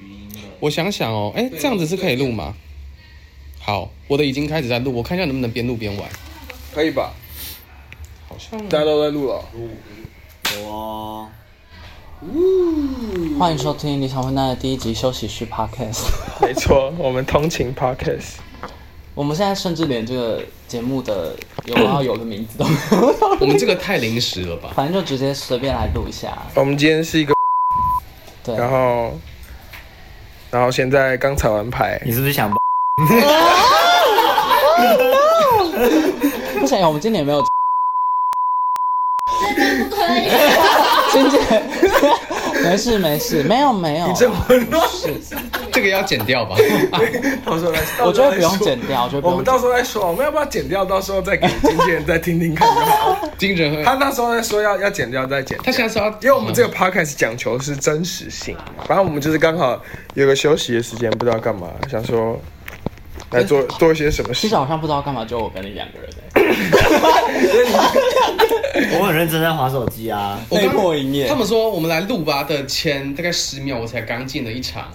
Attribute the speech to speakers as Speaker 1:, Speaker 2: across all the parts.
Speaker 1: 语音了。
Speaker 2: 我想想哦，哎，
Speaker 1: 对
Speaker 2: 这样子是可以录吗？好，我的已经开始在录，我看一下能不能边录边 玩。
Speaker 3: 可以吧？
Speaker 2: 好像
Speaker 3: 大家都在录了，
Speaker 1: 哇，
Speaker 4: 欢迎收听《理想混蛋》的第一集休息室 Podcast。
Speaker 5: 没错，我们通勤 podcast
Speaker 4: 我们现在甚至连这个节目的有没有有的名字都没有，
Speaker 2: 我们这个太临时了吧？
Speaker 4: 反正就直接随便来录一下。
Speaker 5: 我们今天是一个，
Speaker 4: 对，
Speaker 5: 然后，然后现在刚彩完牌，
Speaker 1: 你是不是想？
Speaker 4: 不行，我们今年没有。
Speaker 6: 不可以，
Speaker 4: 今年没事没事，没有没有，
Speaker 2: 这个要剪掉吧？
Speaker 5: 到时候来，
Speaker 4: 我觉得不用剪掉，我觉得不
Speaker 5: 我
Speaker 4: 用
Speaker 5: 们
Speaker 4: 剪
Speaker 5: 到。时候再说，我们要不要剪掉？到时候再给经纪人再听听看就 好。
Speaker 2: 精神喝
Speaker 5: 他那时候再说要要剪掉再剪掉
Speaker 2: 他现在说要，嗯
Speaker 5: 因为我们这个 podcast 讲求是真实性，反正我们就是刚好有个休息的时间，不知道干嘛，想说来做做一些什么
Speaker 4: 其
Speaker 5: 事
Speaker 4: 实。好像不知道干嘛，就我跟你两个人
Speaker 1: 我很认真在划手机 啊。
Speaker 2: 我
Speaker 4: 被
Speaker 2: 刚
Speaker 4: 迫营业
Speaker 2: 他。们说我们来录吧的前大概十秒，我才刚进了一场。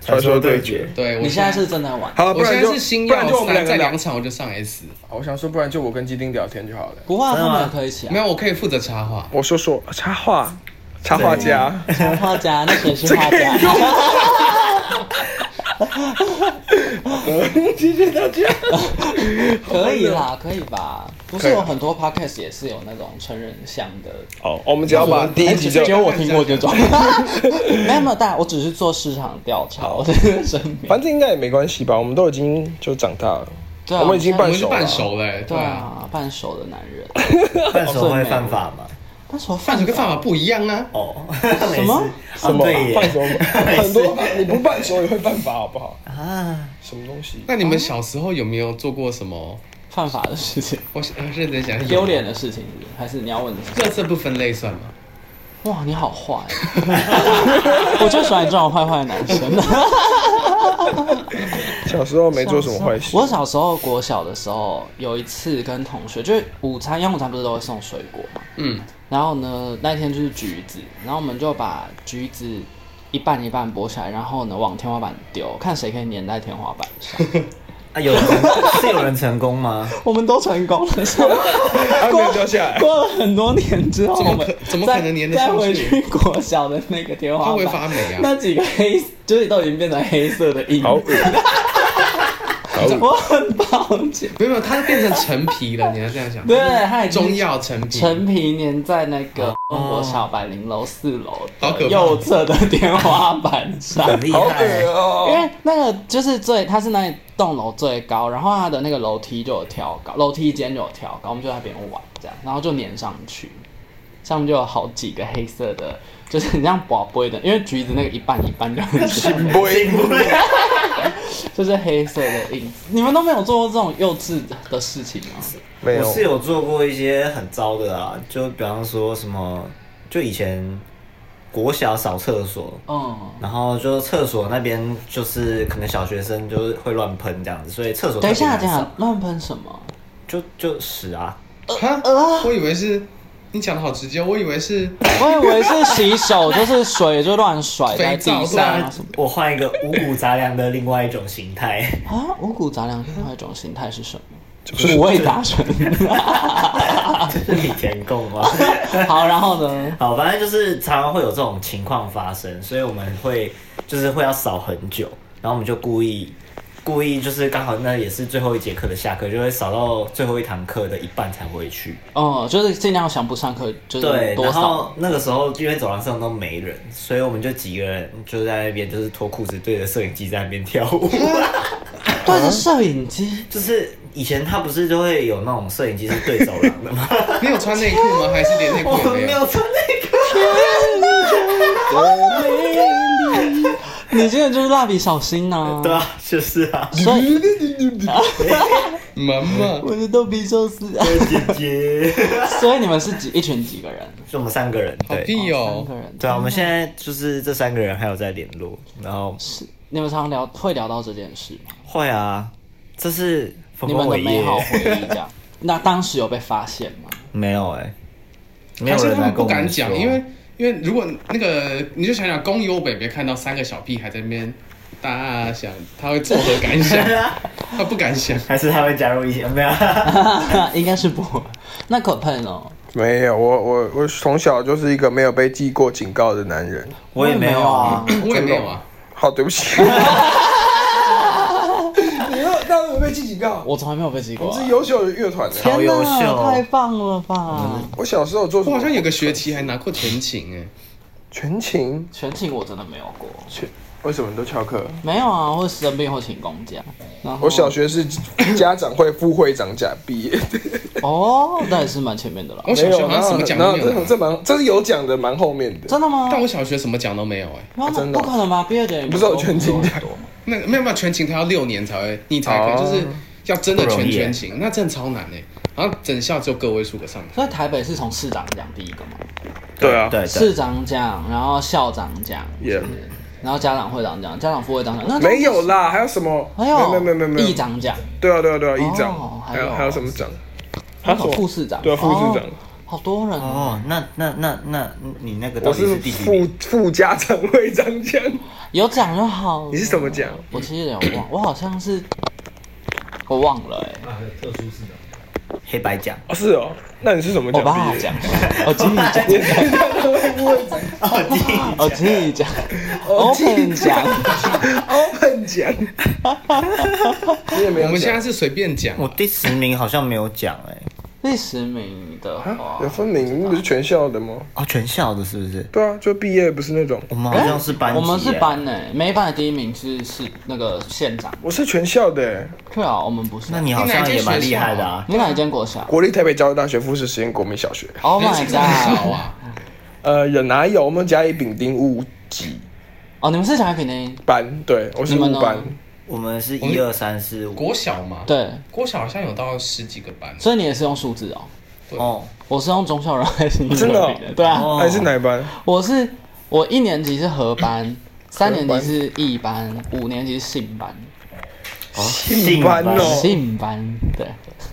Speaker 5: 传说对决，
Speaker 2: 对，我
Speaker 4: 你现在是正在玩？
Speaker 5: 啊好，不
Speaker 2: 我现
Speaker 5: 然
Speaker 2: 在
Speaker 5: 就是
Speaker 2: 新
Speaker 5: 不
Speaker 2: 药
Speaker 5: 然就我们两
Speaker 2: 在
Speaker 5: 个
Speaker 2: 两
Speaker 5: 聊。啊
Speaker 2: 场我就上 S，
Speaker 5: 我想说，不然就我跟基丁聊天就好了。
Speaker 4: 不画
Speaker 1: 真
Speaker 4: 他
Speaker 1: 的吗
Speaker 4: 们也可以一起啊
Speaker 2: 没。有我可以负责插话。
Speaker 5: 我说说插画，插画家，
Speaker 4: 插画家，那谁是画家？
Speaker 5: 谢谢大家。
Speaker 4: 可以啦，可以吧？不是有很多 podcast 也是有那种成人向的，
Speaker 5: 好，我们只要把第一集就
Speaker 4: 哎只只有我听过这 种。没有没有，但我只是做市场调查，我的 声明。
Speaker 5: 反正应该也没关系吧，我们都已经就长大了，
Speaker 4: 对啊
Speaker 5: 我们已经
Speaker 2: 我
Speaker 5: 半
Speaker 2: 们是
Speaker 5: 熟了。
Speaker 2: 半熟嘞，对
Speaker 4: 对
Speaker 2: 啊，
Speaker 4: 啊，半熟的男人，
Speaker 1: 半熟会犯法吗？
Speaker 4: 半熟犯
Speaker 2: 半熟
Speaker 4: 法
Speaker 2: 跟犯法不一样啊。
Speaker 1: 哦，
Speaker 4: 什么
Speaker 1: 什
Speaker 5: 什么
Speaker 1: 对耶
Speaker 5: 半熟？
Speaker 1: 没事
Speaker 5: 很多你不半熟也会犯法，好不好？
Speaker 1: 啊？
Speaker 5: 什么东西？
Speaker 2: 那你们小时候有没有做过什么？
Speaker 4: 犯法的事 情，
Speaker 2: 我想呃认真想想，
Speaker 4: 丢脸的事情是不是还是你要问的是什
Speaker 2: 垃圾不分类算吗？
Speaker 4: 么？哇，你好 坏，我就喜欢这种坏坏的男生。
Speaker 5: 小时候没做什么坏事。
Speaker 4: 我小时候国小的时候，有一次跟同学，就是午餐，因为午餐不是都会送水果嘛，
Speaker 2: 嗯，
Speaker 4: 然后呢，那天就是橘子，然后我们就把橘子一半一半剥下来，然后呢往天花板丢，看谁可以粘在天花板 上。
Speaker 1: 啊，有人成是有人成功 吗？
Speaker 4: 我们都成 功了，是吧
Speaker 5: 还啊没
Speaker 4: 过
Speaker 5: 有掉下来
Speaker 4: 过了很多年之后，
Speaker 2: 怎么
Speaker 4: 我们
Speaker 2: 可怎么可能粘得
Speaker 4: 再再
Speaker 2: 上去
Speaker 4: 回去国小的那个
Speaker 5: 哦
Speaker 4: 天花
Speaker 2: 它
Speaker 4: 板，
Speaker 2: 会发霉啊
Speaker 4: 那几个黑就是都已经变成黑色的印，
Speaker 5: 好恶，好恶，
Speaker 4: 我很抱歉。
Speaker 2: 没有没有，它变成陈皮了，你要这样 想。
Speaker 4: 对，它已经
Speaker 2: 中药陈皮，
Speaker 4: 陈皮粘在那个国小百灵楼四楼
Speaker 2: 哦好可
Speaker 4: 的
Speaker 2: 怕
Speaker 4: 右侧的天花板上，
Speaker 1: 很厉
Speaker 5: 好
Speaker 1: 害
Speaker 5: 恶，哦！
Speaker 4: 因为那个就是最，它是那一栋楼最高，然后它的那个楼梯就有挑高，楼梯间就有挑高，我们就在那边玩这样，然后就粘上去，上面就有好几个黑色的，就是很像宝贝的，因为橘子那个一半一半就很像，就是黑色的印子。你们都没有做过这种幼稚的事情吗？
Speaker 5: 没
Speaker 1: 我
Speaker 5: 有
Speaker 1: 是，有做过一些很糟的啊，就比方说什么，就以前国小扫厕所，
Speaker 4: 嗯，
Speaker 1: 然后就厕所那边就是可能小学生就是会乱喷这样子，所以厕所
Speaker 4: 等一下，
Speaker 1: 特
Speaker 4: 等
Speaker 1: 别
Speaker 4: 一
Speaker 1: 难
Speaker 4: 下
Speaker 1: 扫，
Speaker 4: 乱喷什么？
Speaker 1: 就就屎啊，
Speaker 2: 哈，我以为是你讲的好直接，我以为是
Speaker 4: 我以为是洗手，就是水就乱甩在地
Speaker 2: 肥皂对
Speaker 4: 上
Speaker 2: 啊
Speaker 4: 啊什么
Speaker 1: 我换一个五谷杂粮的另外一种形 态，
Speaker 4: 啊。五谷杂粮另外一种形态是什么？
Speaker 5: 就是
Speaker 4: 五味杂陈。
Speaker 1: 就是你填供吗？
Speaker 4: 好，然后呢？
Speaker 1: 好，反正就是常常会有这种情况发生，所以我们会就是会要扫很久，然后我们就故意故意就是刚好那也是最后一节课的下课，就会扫到最后一堂课的一半才回去。
Speaker 4: 哦，就是尽量想不上课，就是
Speaker 1: 对，然
Speaker 4: 多
Speaker 1: 后
Speaker 4: 少。
Speaker 1: 那个时候因为走廊上都没人，所以我们就几个人就在那边就是脱裤子对着摄影机在那边跳舞。
Speaker 4: 对着摄影机，
Speaker 1: 就是以前他不是就会有那种摄影机是对走廊的吗？
Speaker 2: 你有穿内裤吗？还是连内
Speaker 1: 我
Speaker 2: 裤
Speaker 1: 们
Speaker 2: 也
Speaker 1: 没
Speaker 2: 没有？
Speaker 1: 有穿那个。
Speaker 4: 你这个就是蜡笔小新呐、
Speaker 1: 对啊，就是啊，
Speaker 4: 所以
Speaker 2: 妈妈，
Speaker 1: 哦
Speaker 4: 我的逗比宙斯。
Speaker 1: 姐姐，
Speaker 4: 所以你们是几一群几个人？
Speaker 1: 就我们三个人，
Speaker 2: 好
Speaker 1: 对。
Speaker 2: 屁
Speaker 4: 三
Speaker 2: 哦
Speaker 4: 个！人。
Speaker 1: 对啊，我们现在就是这三个人还有在联络，然后
Speaker 4: 是你们常常聊会聊到这件事吗？
Speaker 1: 会啊，这是丰
Speaker 4: 你
Speaker 1: 功
Speaker 4: 们的
Speaker 1: 伟
Speaker 4: 美
Speaker 1: 业，
Speaker 4: 好回忆 这样。那当时有被发现吗？
Speaker 1: 没有哎、没
Speaker 2: 还
Speaker 1: 有
Speaker 2: 是
Speaker 1: 人
Speaker 2: 他
Speaker 1: 来
Speaker 2: 们
Speaker 1: 跟
Speaker 2: 不
Speaker 1: 我
Speaker 2: 敢
Speaker 1: 们
Speaker 2: 讲，
Speaker 1: 说
Speaker 2: 因为因为如果那个你就想想公有北别看到三个小屁孩在那边大想，他会作何感 想？他不敢想。
Speaker 1: 还是他会加入一些没有？啊
Speaker 4: 应该是不会。那可哦佩呢？
Speaker 5: 没有，我我我从小就是一个没有被记过警告的男人。
Speaker 1: 我也没有啊。
Speaker 2: 我也没有啊，
Speaker 5: 好，对不 起。你要让我被记警告？
Speaker 4: 我从来没有被记过、
Speaker 5: 我
Speaker 4: 啊
Speaker 5: 们是。优秀的乐团的。
Speaker 1: 超
Speaker 4: 天
Speaker 1: 优
Speaker 4: 哪
Speaker 1: 秀
Speaker 4: 太棒了吧！
Speaker 1: 嗯
Speaker 5: 我小时候做什
Speaker 2: 我
Speaker 5: 么
Speaker 2: 好像有个学期还拿过全勤哎、
Speaker 5: 全勤，
Speaker 4: 全勤我真的没有过，
Speaker 5: 全为什么你都翘课？
Speaker 4: 没有啊，或生病或请公假。然后
Speaker 5: 我小学是家长会副会长甲毕业的，
Speaker 4: 哦，那也是蛮前面的啦。
Speaker 2: 我小
Speaker 5: 没
Speaker 2: 学
Speaker 5: 有，
Speaker 2: 好像什么奖
Speaker 5: 然
Speaker 2: 都没
Speaker 5: 后这
Speaker 2: 有
Speaker 5: 这
Speaker 2: 拿，
Speaker 5: 蛮这是有奖的，蛮后面的。
Speaker 4: 真的吗？
Speaker 2: 但我小学什么奖都没有哎、
Speaker 4: 没有
Speaker 5: 真的
Speaker 4: 不可能吧？毕业典礼
Speaker 5: 不是有全勤奖
Speaker 4: 很多
Speaker 2: 那个没有没有全勤，他要六年才会，你才可以，
Speaker 5: 哦
Speaker 2: 就是要真的
Speaker 1: 不容
Speaker 2: 全
Speaker 1: 易欸
Speaker 2: 全勤，那真的超难哎、然后整校只有个位数个上台，
Speaker 4: 所以台北是从市长奖第一个嘛，
Speaker 5: 对啊
Speaker 1: 对
Speaker 4: 市
Speaker 1: 对，
Speaker 4: 长奖，然后校长奖，
Speaker 5: 也
Speaker 4: 然后家长会长奖，家长副会长奖，那
Speaker 5: 没有啦，还有什么？
Speaker 4: 还有
Speaker 5: 没有没有没有没有
Speaker 4: 哎议。长奖，
Speaker 5: 对啊对啊对啊，议
Speaker 4: 哦
Speaker 5: 长，
Speaker 4: 还有
Speaker 5: 有还有什么长？
Speaker 4: 还有
Speaker 5: 什么
Speaker 4: 副市长，
Speaker 5: 对啊，副市
Speaker 4: 哦
Speaker 5: 长。啊
Speaker 4: 好多人哦，
Speaker 1: 哦，那那那那你那个到
Speaker 5: 我
Speaker 1: 底是
Speaker 5: 是
Speaker 1: 第几
Speaker 5: 副
Speaker 1: 名？
Speaker 5: 副家长会长奖，
Speaker 4: 有奖就好了。
Speaker 5: 你是什么奖？
Speaker 4: 我其实有点忘，我好像是我忘了哎、
Speaker 1: 黑白奖。
Speaker 5: 哦，是哦，那你是什么
Speaker 4: 我
Speaker 5: 奖
Speaker 4: 帮他
Speaker 5: 毕业？
Speaker 4: 讲，我金鱼奖，
Speaker 1: 哦，第一奖
Speaker 4: 我金鱼奖，Open 奖，
Speaker 5: ，Open 奖。 你也没有
Speaker 2: 我们现在
Speaker 5: 奖，
Speaker 2: 是随便讲，啊
Speaker 1: 我第十名好像没有奖哎、
Speaker 4: 第十名的话
Speaker 5: 有分明，你不是全校的吗？
Speaker 1: 哦，全校的是不是？
Speaker 5: 对啊，就毕业不是那种，
Speaker 1: 我们好像是班级、
Speaker 4: 我
Speaker 1: 欸，
Speaker 4: 们是班呢、每一班的第一名是是那个县长，
Speaker 5: 我是全校的欸，
Speaker 4: 对啊，我们不是。
Speaker 1: 那你好像也蛮厉害的啊。
Speaker 4: 你哪一间国小
Speaker 5: 国立台北教育大学附设实验国民小学。
Speaker 4: ？Oh
Speaker 2: 人
Speaker 4: my
Speaker 2: 是这么少
Speaker 4: god！
Speaker 2: 啊，
Speaker 5: 呃，也哪有？我们甲乙丙丁戊己
Speaker 4: 哦，你们是小孩品呢？
Speaker 5: 班，对我是
Speaker 4: 你们
Speaker 5: 戊
Speaker 4: 呢
Speaker 5: 班，
Speaker 1: 我们是
Speaker 2: 我们
Speaker 1: 一二三四五
Speaker 2: 国小嘛，，
Speaker 4: 对，
Speaker 2: 国小好像有到十几个班，
Speaker 4: 所以你也是用数字哦。
Speaker 1: 哦，
Speaker 4: 我是用中校人还是英文
Speaker 5: 真的哦
Speaker 4: 比对啊，
Speaker 1: 哦
Speaker 5: 还是哪一班？
Speaker 4: 我是我一年级是合班，三年级是艺班，五年级是信班，
Speaker 1: 信
Speaker 5: 班哦
Speaker 4: 信班对。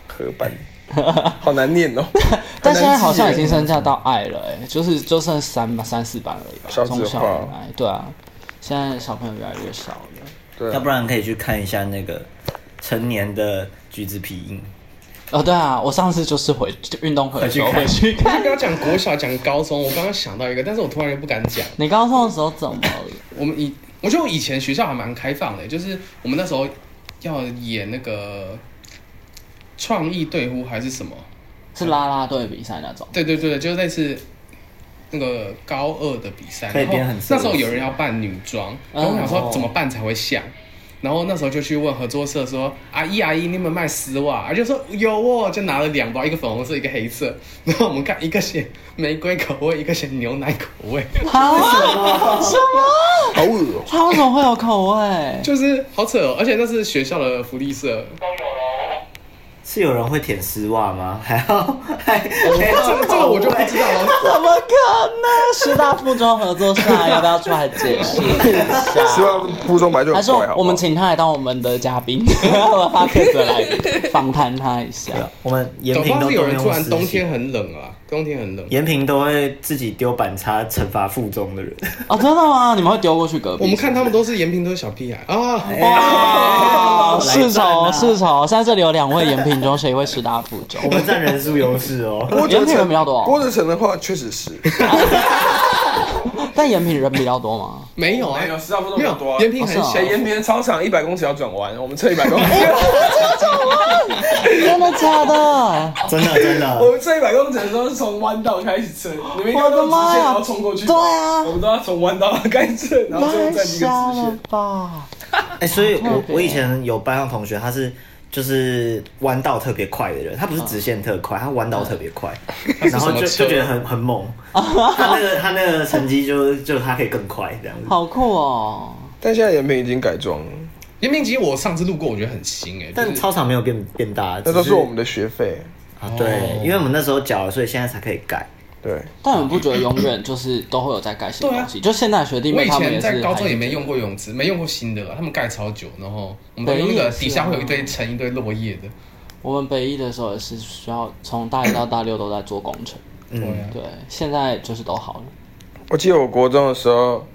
Speaker 5: 合班， 好难念哦。
Speaker 4: 但现在好像已经升降到爱了、哎，就是就剩三吧，三四班而已吧。
Speaker 5: 少子化
Speaker 4: 中小以来，对啊，现在小朋友越来越少了。
Speaker 5: 对
Speaker 1: 要
Speaker 5: 啊，
Speaker 1: 不然可以去看一下那个成年的橘子皮印，
Speaker 4: 哦，对啊，我上次就是回就运动会的时候回
Speaker 1: 回
Speaker 4: 去
Speaker 2: 我
Speaker 4: 看。
Speaker 2: 就刚刚讲国小，讲高中，我刚刚想到一个，但是我突然又不敢讲。
Speaker 4: 你高中的时候怎么了？
Speaker 2: 我们以我觉得我以前学校还蛮开放的，就是我们那时候要演那个创意对呼还是什么？
Speaker 4: 是啦啦队比赛那种，
Speaker 2: 对对对，就是类似那个高二的比赛，
Speaker 1: 可以
Speaker 2: 然后
Speaker 1: 变很哦
Speaker 2: 那时候有人要扮女装，然后我想说怎么办才会像。然后那时候就去问合作社说：“阿姨阿姨，你们卖丝袜？”啊，就说有哦，就拿了两包，一个粉红色，一个黑色。 然后我们看一个写玫瑰口味，一个写牛奶口 味，
Speaker 4: 啊，什么？
Speaker 5: 好恶哦。
Speaker 4: 他为什么会有口味？
Speaker 2: 就是好扯哦。而且那是学校的福利社，
Speaker 1: 是有人会舔丝袜吗？ 还要还还
Speaker 2: 这
Speaker 1: 要
Speaker 2: 个这个我就不知道了。
Speaker 4: 怎么可能？师大附中合作社要不要出来解 释一
Speaker 5: 哦希
Speaker 4: 下？
Speaker 5: 望附中白就
Speaker 4: 啊还
Speaker 5: 很
Speaker 4: 是
Speaker 5: 怪，好不好
Speaker 4: 我们请他来当我们的嘉宾， 我们 p o d 来访谈他一下。
Speaker 1: 啊我们延
Speaker 2: 搞不
Speaker 1: 平
Speaker 2: 好
Speaker 1: 都
Speaker 2: 是有人
Speaker 1: 动
Speaker 2: 突
Speaker 1: 用
Speaker 2: 然
Speaker 1: 私
Speaker 2: 冬
Speaker 1: 刑
Speaker 2: 天很冷啊，冬天很冷。
Speaker 1: 延平都会自己丢板擦惩罚附 中的人。
Speaker 4: 哦，真的吗？你们会丢过去隔壁？
Speaker 2: 我们看他们都是延平都是小屁孩啊，
Speaker 1: 哎
Speaker 4: 哇，
Speaker 1: 来
Speaker 4: 哦是
Speaker 1: 赞
Speaker 4: 丑
Speaker 1: 啊
Speaker 4: 是丑，现在这里有两位延平中学，一位师大附中
Speaker 1: 我。们占人数优势 哦。
Speaker 5: 郭哲
Speaker 4: 延平人
Speaker 5: 成
Speaker 4: 比较多哦
Speaker 5: 郭哲成的话确实是，
Speaker 4: 但延平人比较多吗？
Speaker 2: 没有啊，
Speaker 5: 没有师大附
Speaker 2: 没
Speaker 5: 中比较
Speaker 2: 有
Speaker 5: 多啊
Speaker 2: 延平很
Speaker 4: 哦
Speaker 2: 小
Speaker 4: 是啊
Speaker 5: 前，延平操场一百公尺要转弯，我们测一百公
Speaker 4: 哎
Speaker 5: 尺。
Speaker 4: 真的假的？
Speaker 1: 真的真的，
Speaker 5: 我们这一百公尺的时候是从弯道开始撑，你们应该
Speaker 4: 我的
Speaker 5: 都直
Speaker 4: 妈
Speaker 5: 线
Speaker 4: 呀
Speaker 5: 然后冲过去。
Speaker 4: 对啊
Speaker 5: 我们都要从弯道开始 撑，然后最后站一
Speaker 4: 太
Speaker 5: 个
Speaker 4: 瞎
Speaker 5: 直
Speaker 4: 了
Speaker 5: 线。
Speaker 4: 吧！
Speaker 1: 哎、所以
Speaker 4: 好
Speaker 1: 我
Speaker 4: 特别
Speaker 1: 我以前有班上同学，他是就是弯道特别快的人，他不是直线特快，他弯道特别快，然
Speaker 2: 啊
Speaker 1: 后
Speaker 2: 什么
Speaker 1: 就
Speaker 2: 车
Speaker 1: 就觉得很很 猛。他那个他那个成绩就就他可以更快这样子。
Speaker 4: 好酷哦！
Speaker 5: 但现在延平已经改装了，
Speaker 2: 延平其实我上次路过，我觉得很新哎，
Speaker 1: 但
Speaker 2: 就是
Speaker 1: 操场没有变变大，
Speaker 5: 那
Speaker 1: 只
Speaker 5: 都是我们的学费。
Speaker 1: 啊，对，因为我们那时候缴了，所以现在才可以改。
Speaker 5: 对，
Speaker 4: 但你们不觉得永远就是都会有在改新东西？就现在学弟
Speaker 2: 啊我
Speaker 4: 妹
Speaker 2: 以
Speaker 4: 他们也
Speaker 2: 前
Speaker 4: 是
Speaker 2: 在高中也没
Speaker 4: 还
Speaker 2: 用过泳池，没用过新的啊，他们盖超久，然后我们都用那
Speaker 4: 北艺也
Speaker 2: 个
Speaker 4: 是啊
Speaker 2: 底下会有一堆沉一堆落叶的，
Speaker 4: 我们北一的时候也是需要从大一到大六都在做工程，
Speaker 2: 对
Speaker 1: 嗯，
Speaker 2: 啊
Speaker 4: 对，现在就是都好了。
Speaker 5: 我记得我国中的时候，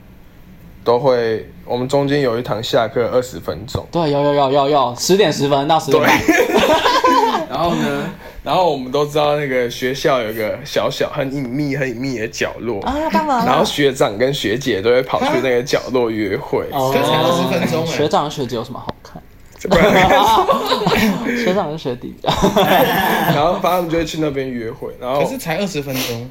Speaker 5: 都会我们中间有一堂下课二十分钟，
Speaker 4: 对，有有有有有，十点十分到十点半，
Speaker 5: 然后呢，然后我们都知道那个学校有个小小很隐秘、很隐秘的角落，
Speaker 4: 啊，要干嘛？
Speaker 5: 然后学长跟学姐都会跑去那个角落约会，
Speaker 4: 哦
Speaker 2: 可是才20分钟哎
Speaker 4: 学长跟学姐有什么好看？
Speaker 5: 不然
Speaker 4: 学长跟学弟，啊
Speaker 5: 然后反正他们就会去那边约会，然后
Speaker 2: 可是才二十分钟，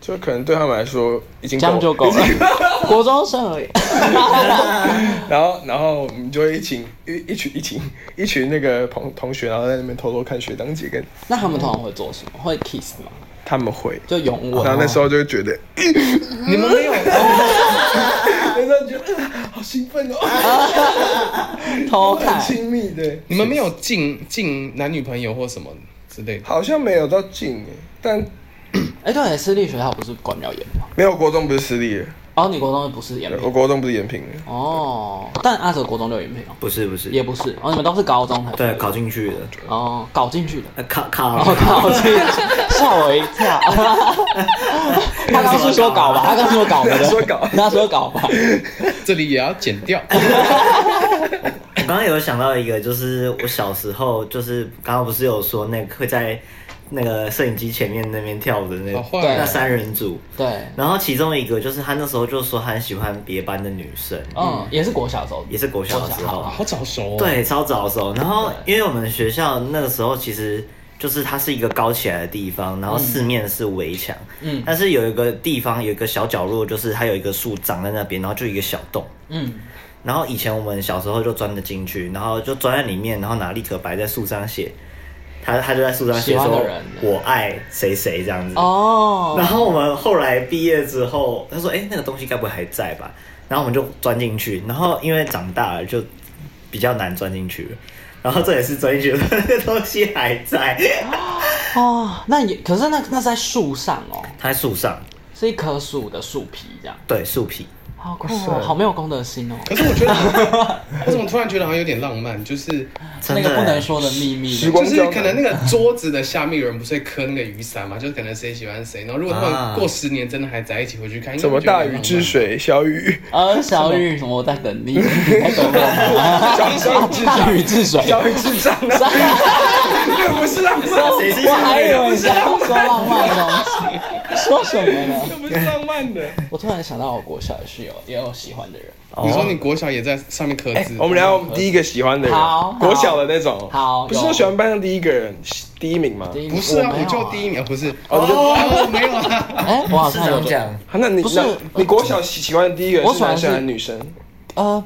Speaker 5: 就可能对他们来说已经
Speaker 4: 这样就够了。 国中生而已，
Speaker 5: 然后，然后我们就会一群一一群一群 一群那个同同学，然后在那边偷偷看学长姐跟
Speaker 4: 那他们通常会做什么？会 kiss 吗？
Speaker 5: 他们会。
Speaker 4: 就拥吻？
Speaker 5: 啊然后那时候就会觉得，
Speaker 4: 嗯
Speaker 2: 你们 没有，哦
Speaker 5: 那时候觉得 啊好兴奋哦，
Speaker 4: 偷 看
Speaker 5: 很？亲密对，
Speaker 2: 你们没有进进男女朋友或什么之类的。
Speaker 5: 好像没有到近诶，但
Speaker 4: 哎，对，私立学校不是管比较严吗？
Speaker 5: 没有国中不是私立的，
Speaker 4: 哦，你国中不是延
Speaker 5: 我
Speaker 4: 平？
Speaker 5: 国中不是延平的，
Speaker 4: 哦，但阿哲国中就有延平哦，
Speaker 1: 不是不是，
Speaker 4: 也不是哦，你们都是高中才
Speaker 1: 对，考进去的，
Speaker 4: 哦，搞进去的。
Speaker 1: 呃考考
Speaker 4: 我靠！吓我一跳。他刚是说搞吧，他刚说搞的，
Speaker 5: 说搞
Speaker 4: 他说搞吧。
Speaker 2: 这里也要剪掉。
Speaker 1: 我刚刚有想到一个，就是我小时候，就是刚刚不是有说那个会在那个摄影机前面那边跳舞的那
Speaker 2: 好坏
Speaker 4: 对
Speaker 1: 那三人组，
Speaker 4: 对，
Speaker 1: 然后其中一个就是他那时候就说他很喜欢别班的女生，
Speaker 4: 嗯，也是国小的时候，
Speaker 1: 也是国小的时候，
Speaker 2: 好早熟哦。，
Speaker 1: 对，超早熟。然后因为我们学校那个时候其实就是它是一个高起来的地方，然后四面是围墙，
Speaker 4: 嗯
Speaker 1: 但是有一个地方有一个小角落，就是它有一个树长在那边，然后就一个小洞。
Speaker 4: 嗯，
Speaker 1: 然后以前我们小时候就钻得进去，然后就钻在里面，然后拿立可白在树上写，他他就在树上写
Speaker 4: 喜欢的
Speaker 1: 说
Speaker 4: 人
Speaker 1: 我爱谁谁这样子。然
Speaker 4: 哦，
Speaker 1: 后我们后来毕业之后，他说：“哎、那个东西该不会还在吧？”然后我们就钻进去，然后因为长大了就比较难钻进去了。然后这也是钻进去的那个东西还在，
Speaker 4: 哦，那也可是那那是在树上哦，
Speaker 1: 它在树上，
Speaker 4: 是一棵树的树皮这样，
Speaker 1: 对，树皮。
Speaker 4: 好酷哦，好没有公德心哦。
Speaker 2: 可是我觉得，我怎么突然觉得好像有点浪漫？就是
Speaker 1: 真
Speaker 4: 那
Speaker 1: 的
Speaker 4: 个不能说的秘密，
Speaker 5: 时
Speaker 2: 就
Speaker 5: 光
Speaker 2: 是
Speaker 5: 胶
Speaker 2: 可能那个桌子的下面有人不是会刻那个雨伞嘛？就是可能谁喜欢谁，然后如果他
Speaker 1: 啊
Speaker 2: 们过十年真的还在一起回去看，应该
Speaker 5: 什么
Speaker 2: 会觉得
Speaker 5: 大
Speaker 2: 很
Speaker 5: 禹
Speaker 2: 浪
Speaker 5: 治
Speaker 2: 漫。
Speaker 5: 水，小禹
Speaker 4: 呃，小雨什么我在等你，你在等 我，大禹治水，
Speaker 5: 小禹智障啊，那不是啊，不是啊
Speaker 1: 谁是
Speaker 4: 我还以哎为你在说浪漫的东西，说什么呢？
Speaker 5: 不是浪漫的。
Speaker 4: 我突然想到，我国小也是有也有喜欢的人。
Speaker 1: 哦
Speaker 2: 你说你国小也在上面刻
Speaker 5: 哎
Speaker 2: 字，，
Speaker 5: 我们聊我们第一个喜欢的人
Speaker 4: 好好，
Speaker 5: 国小的那种，
Speaker 4: 好
Speaker 5: 不是说喜欢班上第一个人，第一名吗？
Speaker 4: 第一名
Speaker 2: 不是啊，
Speaker 4: 我没
Speaker 2: 我
Speaker 4: 有
Speaker 2: 就第一名，啊不是
Speaker 5: 哦，就
Speaker 2: 哦，没有啊，
Speaker 4: 哎、我好
Speaker 1: 市
Speaker 4: 像有
Speaker 1: 长奖，
Speaker 5: 啊，那你
Speaker 4: 不是
Speaker 5: 那你国小喜喜欢的第一个人
Speaker 4: 我喜
Speaker 5: 是
Speaker 4: 欢
Speaker 5: 男生
Speaker 4: 是
Speaker 5: 还是女生？
Speaker 4: 呃，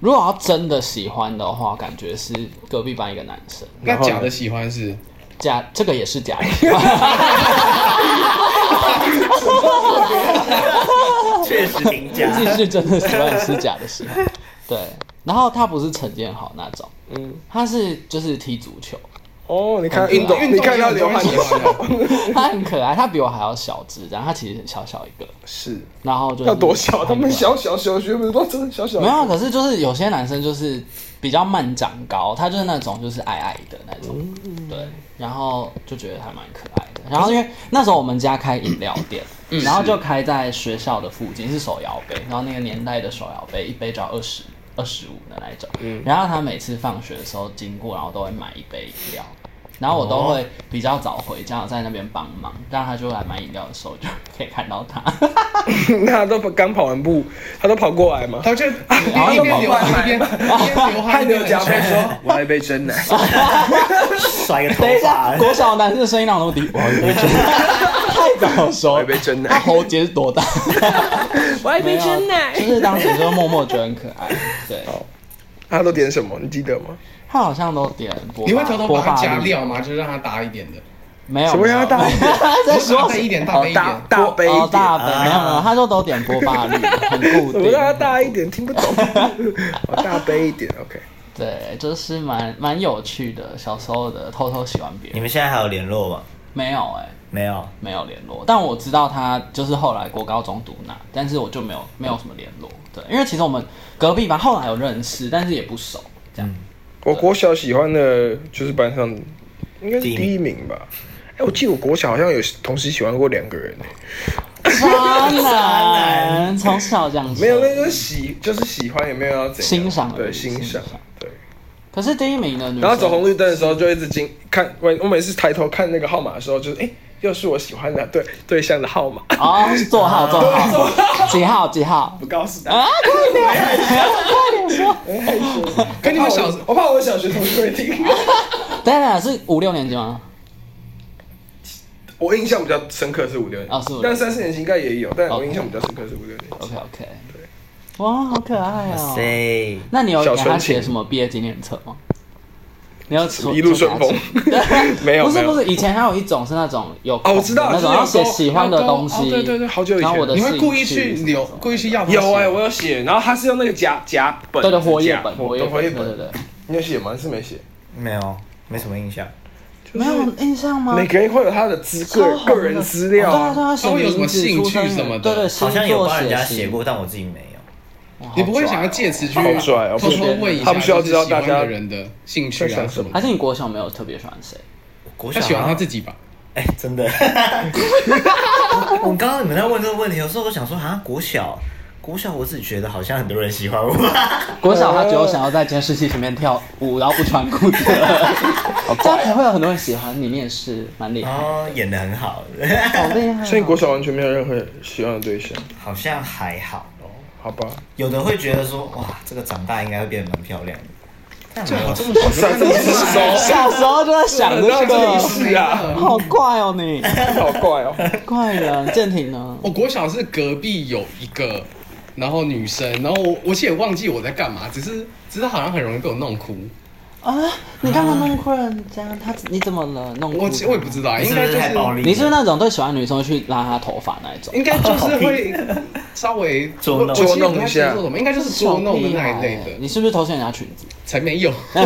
Speaker 4: 如果要真的喜欢的话，感觉是隔壁班一个男生，
Speaker 2: 那
Speaker 5: 然后呢
Speaker 2: 假的喜欢是
Speaker 4: 假这个也是假的，
Speaker 1: 确实评 价，
Speaker 4: 既是真的喜欢也是假的 喜欢。对，然后他不是陈建豪那种，
Speaker 5: 嗯，
Speaker 4: 他是就是踢足球，
Speaker 5: 哦，你看
Speaker 4: 运
Speaker 5: 运
Speaker 4: 动
Speaker 5: 动，你看他
Speaker 2: 运
Speaker 5: 流
Speaker 2: 动
Speaker 5: 汗
Speaker 2: 喜
Speaker 5: 的时
Speaker 2: 欢
Speaker 5: 候，
Speaker 2: 啊
Speaker 4: 他很可爱，他比我还要小只，然后他其实很小小一个，
Speaker 5: 是
Speaker 4: 然后就是
Speaker 5: 要多小？他们
Speaker 4: 很可爱
Speaker 5: 小小小学不是都真的小小？
Speaker 4: 没有，可是就是有些男生就是比较慢长高，他就是那种就是矮矮的那种，对，然后就觉得还蛮可爱的。然后因为那时候我们家开饮料店，然后就开在学校的附近，是手摇杯，然后那个年代的手摇杯一杯只要二十。二十五的那一种，然后他每次放学的时候经过，然后都会买一杯饮料，然后我都会比较早回家，我在那边帮忙，让他就来买饮料的时候就可以看到他。
Speaker 5: 那他都刚跑完步，他都跑过来嘛。
Speaker 2: 他就一
Speaker 4: 后
Speaker 2: 边一边流汗一边一边流汗
Speaker 5: 汗
Speaker 2: 一
Speaker 5: 流
Speaker 2: 边
Speaker 5: 浃背说：“ 我要一杯真奶。
Speaker 1: 甩个头
Speaker 4: 等一
Speaker 1: 发
Speaker 5: 哎
Speaker 4: 下，，国小男生的声音让 我低，我要一杯真奶，太早熟
Speaker 5: 我要
Speaker 4: 了
Speaker 5: 一杯真奶
Speaker 4: 他喉结是 多大？我要一杯真奶，就是当时就默默觉得很可爱。对，”
Speaker 5: 哦他都点什么？你记得吗？
Speaker 4: 他好像都点波霸，
Speaker 2: 你会偷偷帮他
Speaker 4: 波霸
Speaker 2: 加
Speaker 4: 绿？
Speaker 2: 料吗？就是让他大一点的，
Speaker 4: 没有，
Speaker 5: 什么
Speaker 4: 没有
Speaker 5: 要大一点？
Speaker 4: 在
Speaker 2: 大
Speaker 4: 说
Speaker 2: 杯一点，大杯一
Speaker 5: 大
Speaker 2: 点。
Speaker 5: 大杯一
Speaker 4: 哦
Speaker 5: 点，啊
Speaker 4: 大杯没有没有，他说都点波霸 绿，很固
Speaker 5: 什么
Speaker 4: 定
Speaker 5: 让。他大一点？听 不懂。哦大杯一点，OK。
Speaker 4: 对，就是蛮蛮有趣的，小时候的偷偷喜欢别
Speaker 1: 你
Speaker 4: 人，
Speaker 1: 们现在还有联络吗？
Speaker 4: 没有哎、
Speaker 1: 没有。
Speaker 4: 没有联络，但我知道他就是后来国高中读哪，但是我就没有没有什么联络。对，因为其实我们隔壁班后来有认识，但是也不熟。这样，
Speaker 5: 我国小喜欢的就是班上应该是第一名吧。哎、我记得我国小好像有同时喜欢过两个人、欸，
Speaker 4: 渣男，从小这样子。
Speaker 5: 没有，那就是喜，就是喜欢，也没有要怎样
Speaker 4: 欣赏而
Speaker 5: 对，
Speaker 4: 已
Speaker 5: 欣
Speaker 4: 欣赏
Speaker 5: 赏，对。
Speaker 4: 可是第一名的女生，
Speaker 5: 然后走红绿灯的时候，就一直经看我，我每次抬头看那个号码的时候，就是哎、诶又是我喜欢的对对象的号码，
Speaker 4: 哦，坐号坐号，几号几号
Speaker 5: 不告诉他。
Speaker 4: 啊？快点，快点说！
Speaker 5: 哎害羞
Speaker 2: 可你们小
Speaker 5: 我怕我我怕我小学同学会听。
Speaker 4: 等一下是五六年级吗？
Speaker 5: 我印象比较深哦刻是五六年级，哦
Speaker 4: 啊是五六
Speaker 5: 但三四年级应该也有，但我
Speaker 4: OK
Speaker 5: 印象比较深刻是五六年级。
Speaker 4: OK OK，哇，好可爱哦、
Speaker 1: 谁？
Speaker 4: 那你有
Speaker 5: 小
Speaker 4: 给他
Speaker 5: 纯情
Speaker 4: 写什么毕业纪念册吗？你要
Speaker 5: 一路顺风没有
Speaker 4: 不是
Speaker 5: 没有
Speaker 4: 不是，以前还有一种是那种有
Speaker 5: 哦我知道
Speaker 4: 那
Speaker 5: 就
Speaker 4: 种
Speaker 5: 是有
Speaker 4: 要写
Speaker 5: 勾
Speaker 4: 喜欢的东西，
Speaker 5: 要勾哦对对对好久以前
Speaker 4: 然后我的
Speaker 2: 你会故意
Speaker 4: 兴趣
Speaker 2: 去留，故意去要他
Speaker 5: 有哎、
Speaker 2: 写
Speaker 5: 我有写，然后他是用那个夹夹本，
Speaker 4: 对对活页
Speaker 5: 夹
Speaker 4: 本，
Speaker 5: 活
Speaker 4: 活页
Speaker 5: 活页
Speaker 4: 对对
Speaker 5: 本，
Speaker 4: 对，
Speaker 5: 你有写吗？是没写，
Speaker 1: 没有，没什么印象。
Speaker 5: 就是
Speaker 4: 没有印象吗？
Speaker 5: 每个人会有他的资
Speaker 4: 啊超
Speaker 5: 个
Speaker 4: 红的
Speaker 5: 个人资料
Speaker 4: 哦对啊对
Speaker 5: 啊，
Speaker 4: 啊，
Speaker 2: 他会有什么
Speaker 4: 写
Speaker 2: 兴
Speaker 4: 名字
Speaker 2: 趣
Speaker 4: 出生
Speaker 2: 什么的
Speaker 4: 对对，
Speaker 1: 好像
Speaker 4: 星
Speaker 1: 有
Speaker 4: 座
Speaker 1: 帮人家
Speaker 4: 写
Speaker 1: 写
Speaker 4: 信，
Speaker 1: 过，但我自己没有。
Speaker 4: 哇
Speaker 2: 你不会想要？借此去
Speaker 5: 好拽哦
Speaker 2: 偷偷问一下，
Speaker 5: 他不需要知道大
Speaker 2: 就是喜欢的
Speaker 5: 家
Speaker 2: 人的兴趣啊什么
Speaker 4: 好拽
Speaker 2: 的。
Speaker 4: 还是你国小没有特别喜欢谁？
Speaker 1: 国小
Speaker 2: 他喜欢他自己吧？
Speaker 1: 哎、真的。我刚刚你们在问这个问题，有时候我想说，啊，国小，国小，我只觉得好像很多人喜欢我。
Speaker 4: 国小他只有想要在监视器前面跳舞，然后不穿裤子，这样才会有很多人喜欢你。你也是蛮厉
Speaker 1: 然
Speaker 4: 害，
Speaker 1: 后演的很好，
Speaker 4: 好厉害哦！
Speaker 5: 所以你国小完全没有任何喜欢的对象，
Speaker 1: 好像还好哦。
Speaker 5: 好吧？
Speaker 1: 有的会觉得说，哇，这个长大应该会变得蛮漂亮的。但没有
Speaker 2: 这么小
Speaker 5: 哇塞，这么成熟，
Speaker 4: 小时候就在想这
Speaker 5: 到这里
Speaker 4: 个，
Speaker 5: 是啊，
Speaker 4: 好怪哦你，
Speaker 5: 好怪哦。
Speaker 4: 怪人。建廷呢？
Speaker 2: 我国小是隔壁有一个，然后女生，然后我我其实也忘记我在干嘛，只是只是好像很容易被我弄哭。
Speaker 4: 啊，你干嘛弄哭人家？他你怎么了？弄哭
Speaker 2: 我其我也不知道，
Speaker 1: 你
Speaker 2: 应
Speaker 1: 是不
Speaker 2: 该就是
Speaker 1: 太暴
Speaker 2: 是
Speaker 1: 力？
Speaker 4: 你是不是那种对喜欢的女生会去拉她头发那一种？
Speaker 2: 应该就是会稍微
Speaker 1: 捉弄
Speaker 2: 我我其实
Speaker 5: 捉弄
Speaker 2: 不太
Speaker 5: 一下
Speaker 2: 知道做什么，应该就是捉弄的
Speaker 4: 啊
Speaker 2: 那一类的，
Speaker 4: 你是不是偷窃人家裙子？
Speaker 2: 才没有。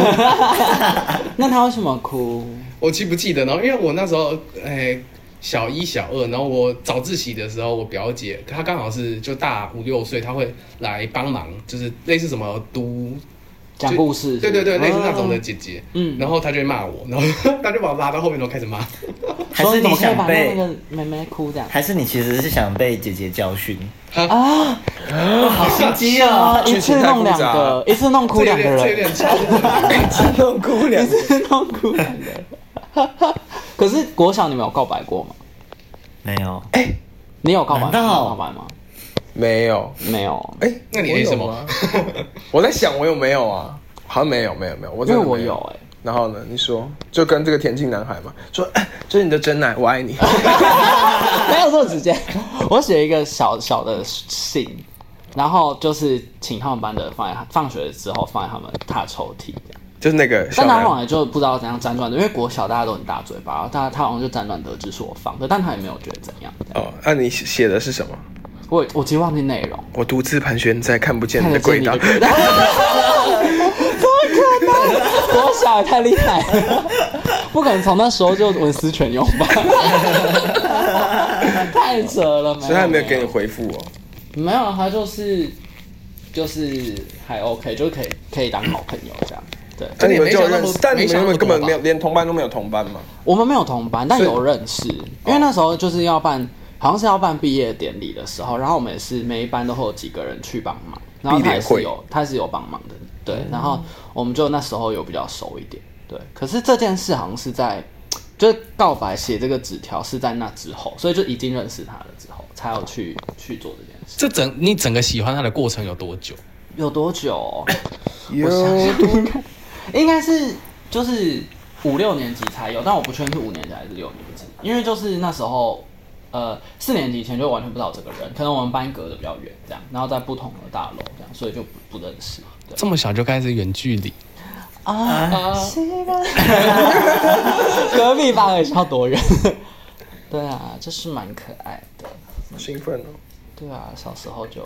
Speaker 4: 那她为什么哭？
Speaker 2: 我记不记得？然后因为我那时候，哎、小一、小二，然后我早自习的时候，我表姐她刚好是就大五六岁，她会来帮忙，就是类似什么读
Speaker 4: 讲故事是不
Speaker 2: 对对
Speaker 4: 是？
Speaker 2: 对，类似那种的
Speaker 4: 哦。
Speaker 2: 姐姐。
Speaker 4: 嗯
Speaker 2: 然后她就会骂我，然 后她就把我拉到后面，然后开始骂。
Speaker 1: 还
Speaker 4: 说
Speaker 1: 是你
Speaker 4: 你怎么可以
Speaker 1: 想
Speaker 4: 把
Speaker 1: 被
Speaker 4: 那？个妹妹哭这样？
Speaker 1: 还是你其实是想被姐姐教训？
Speaker 4: 啊，
Speaker 1: 好心机哦！
Speaker 4: 啊！一次弄两个，一次弄哭
Speaker 2: 这有
Speaker 4: 两个
Speaker 2: 点，这有
Speaker 4: 人，
Speaker 2: 点超过。
Speaker 1: 弄哭
Speaker 4: 一
Speaker 1: 两
Speaker 4: 次弄哭两个人。可是国小你们有告白过吗？
Speaker 1: 没有，
Speaker 4: 你有告白吗？
Speaker 1: 难道
Speaker 4: 你有告白吗？
Speaker 5: 没有，
Speaker 4: 没有，
Speaker 5: 哎、
Speaker 2: 那你为什么？
Speaker 5: 我在想我有没有啊？好像没有，没有，没有，我
Speaker 4: 因
Speaker 5: 真
Speaker 4: 为
Speaker 5: 的没
Speaker 4: 我有哎。
Speaker 5: 然后呢？你说，就跟这个田径男孩嘛，说，哎这是你的真奶，我爱你。
Speaker 4: 没有这么直接。 我写一个小小的信，然后就是请他们班的人放在他放学之后放在他们他的抽屉。
Speaker 5: 就是那个小
Speaker 4: 但他后
Speaker 5: 男，
Speaker 4: 来就不知道怎样辗转的，因为国小大家都很大嘴巴，然后大家他好像就辗转得知是我放的，但他也没有觉得怎样。
Speaker 5: 哦，那、你写的是什么？
Speaker 4: 我我其实忘记内容，
Speaker 5: 我独自盘旋在看不见
Speaker 4: 看
Speaker 5: 的
Speaker 4: 得见
Speaker 5: 轨
Speaker 4: 你
Speaker 5: 道
Speaker 4: 的。轨道， 怎么可能？ 国小也太厉害了，不可能从那时候就文思泉涌吧？ 太扯了，
Speaker 5: 所以他没有给
Speaker 4: 有
Speaker 5: 你回复哦。
Speaker 4: 没有，他就是就是还 OK，就可以可以当好朋友这样。对，
Speaker 5: 那你们就
Speaker 2: 没想那
Speaker 5: 认
Speaker 2: 么
Speaker 5: 识，但你
Speaker 2: 没想那么
Speaker 5: 们根本
Speaker 2: 多吧
Speaker 5: 没有连同班都没有同班嘛？
Speaker 4: 我们没有同班，但有认识，因为那时候就是要办，好像是要办毕业典礼的时候，然后我们也是每一班都会有几个人去帮忙，然后
Speaker 5: 毕
Speaker 4: 他
Speaker 5: 业
Speaker 4: 也是
Speaker 5: 会
Speaker 4: 有他也是有帮忙的，对，然后我们就那时候有比较熟一点，对。可是这件事好像是在，就是告白写这个纸条是在那之后，所以就已经认识他了之后，才有去去做这件事。
Speaker 2: 这整你整个喜欢他的过程有多久？
Speaker 4: 有多久哦、
Speaker 5: 有
Speaker 4: 应该是就是五六年级才有，但我不确定是五年级还是六年级，因为就是那时候，呃，四年级以前就完全不知道这个人，可能我们班隔得比较远，这样，然后在不同的大楼这样，所以就不不认识。对
Speaker 2: 这么小就开始远距离？
Speaker 4: 啊，是的隔壁班也是要躲人。 对啊，就是蛮可爱的。
Speaker 5: 兴奋哦！
Speaker 4: 对啊，小时候就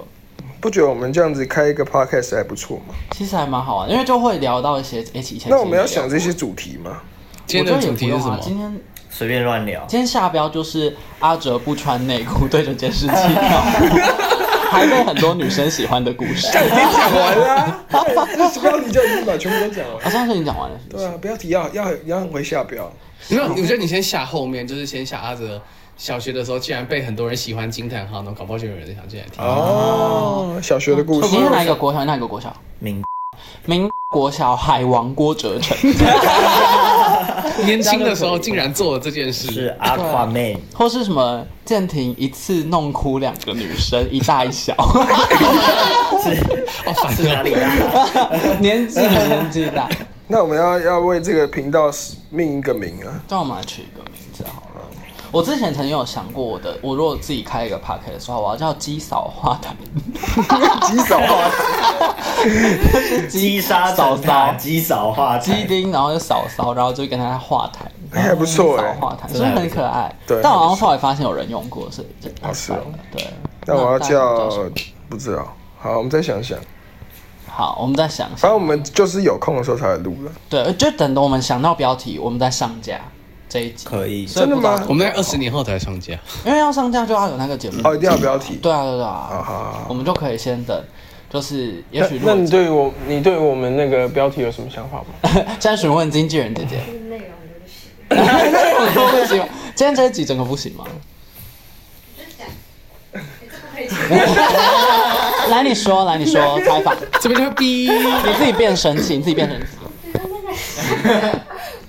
Speaker 5: 不觉得我们这样子开一个 podcast 还不错吗？
Speaker 4: 其实还蛮好玩，因为就会聊到一些诶，以前
Speaker 5: 那我们要
Speaker 4: 其实没
Speaker 5: 想这些主题吗？
Speaker 2: 今天
Speaker 4: 聊过，
Speaker 2: 的主题是什
Speaker 4: 我觉得也不用啊今
Speaker 2: 么？
Speaker 4: 天
Speaker 1: 随便乱 聊。
Speaker 4: 今天下标就是阿哲不穿内裤对着监视器跳舞，还被很多女生喜欢的故事。
Speaker 5: 但已经讲完啊 啦，这标题就已经把全部都讲完。
Speaker 4: 好像是啊你讲完了，
Speaker 5: 对啊，标题要要要很会下标。
Speaker 2: 没有，我觉得你先下后面，就是先下阿哲小学的时候竟然被很多人喜欢惊叹号，那搞不好就有人想进来听。
Speaker 5: 哦，小学的故
Speaker 4: 你
Speaker 5: 事，
Speaker 4: 是哪一个国小？哪一个国小？
Speaker 1: 明
Speaker 4: 民国小海王郭哲成，
Speaker 2: 年轻的时候竟然做了这 件事，
Speaker 4: 啊
Speaker 1: 是 Aquaman，
Speaker 4: 或是什么建廷一次弄哭两个女生，一大一小，
Speaker 2: 哦，反
Speaker 1: 是哪里啊？
Speaker 4: 年纪很年纪大，
Speaker 5: 那我们要要为这个频道命一个名啊，
Speaker 4: 让我们来取一个名字好了。我之前曾经有想过，我的我如果自己开一个 p a r k 的时候，我要叫鸡嫂花坛，
Speaker 5: 极少啊，
Speaker 1: 击杀
Speaker 4: 嫂
Speaker 1: 早大，
Speaker 4: 嫂。
Speaker 1: 击扫化
Speaker 4: 鸡
Speaker 1: 鸡
Speaker 4: 丁，然后就扫扫，然后就跟他画台，
Speaker 5: 哎还不错哎
Speaker 4: 扫画台，
Speaker 1: 真
Speaker 4: 所
Speaker 1: 的还
Speaker 4: 以
Speaker 1: 不错
Speaker 4: 很可爱。
Speaker 5: 对
Speaker 4: 但我好像后来发现有人用过，所以就
Speaker 5: 哦是哦
Speaker 4: 算了对。
Speaker 5: 那我要
Speaker 4: 大家叫什
Speaker 5: 叫
Speaker 4: 么
Speaker 5: 不知道，好，我们再想想，
Speaker 4: 好，我们再想
Speaker 5: 反
Speaker 4: 想。
Speaker 5: 正我们就是有空的时候才会录了。
Speaker 4: 对，就等等我们想到标题，我们再上架这一集。
Speaker 1: 可以，
Speaker 4: 所以
Speaker 5: 真的
Speaker 4: 不知道
Speaker 5: 吗
Speaker 2: 我们在二十年后才上架。
Speaker 4: 因为要上架就要有那个节目。
Speaker 5: 哦，一定要标题。
Speaker 4: 对啊，对
Speaker 5: 好
Speaker 4: 啊，
Speaker 5: 好好。
Speaker 4: 我们就可以先等，就是也
Speaker 5: 那
Speaker 4: 许如
Speaker 5: 那
Speaker 4: 果
Speaker 5: 你对于我，你对于我们那个标题有什么想法吗？
Speaker 4: 先询问经纪人姐姐，
Speaker 6: 内容就不行，
Speaker 4: 不行吗？ 今天这一集整个不行吗？
Speaker 6: 我就讲，你这不可以讲。
Speaker 4: 来，你说，来，你 说，采访，
Speaker 2: 这边就会逼，
Speaker 4: 你自己变神奇，你自己变神奇。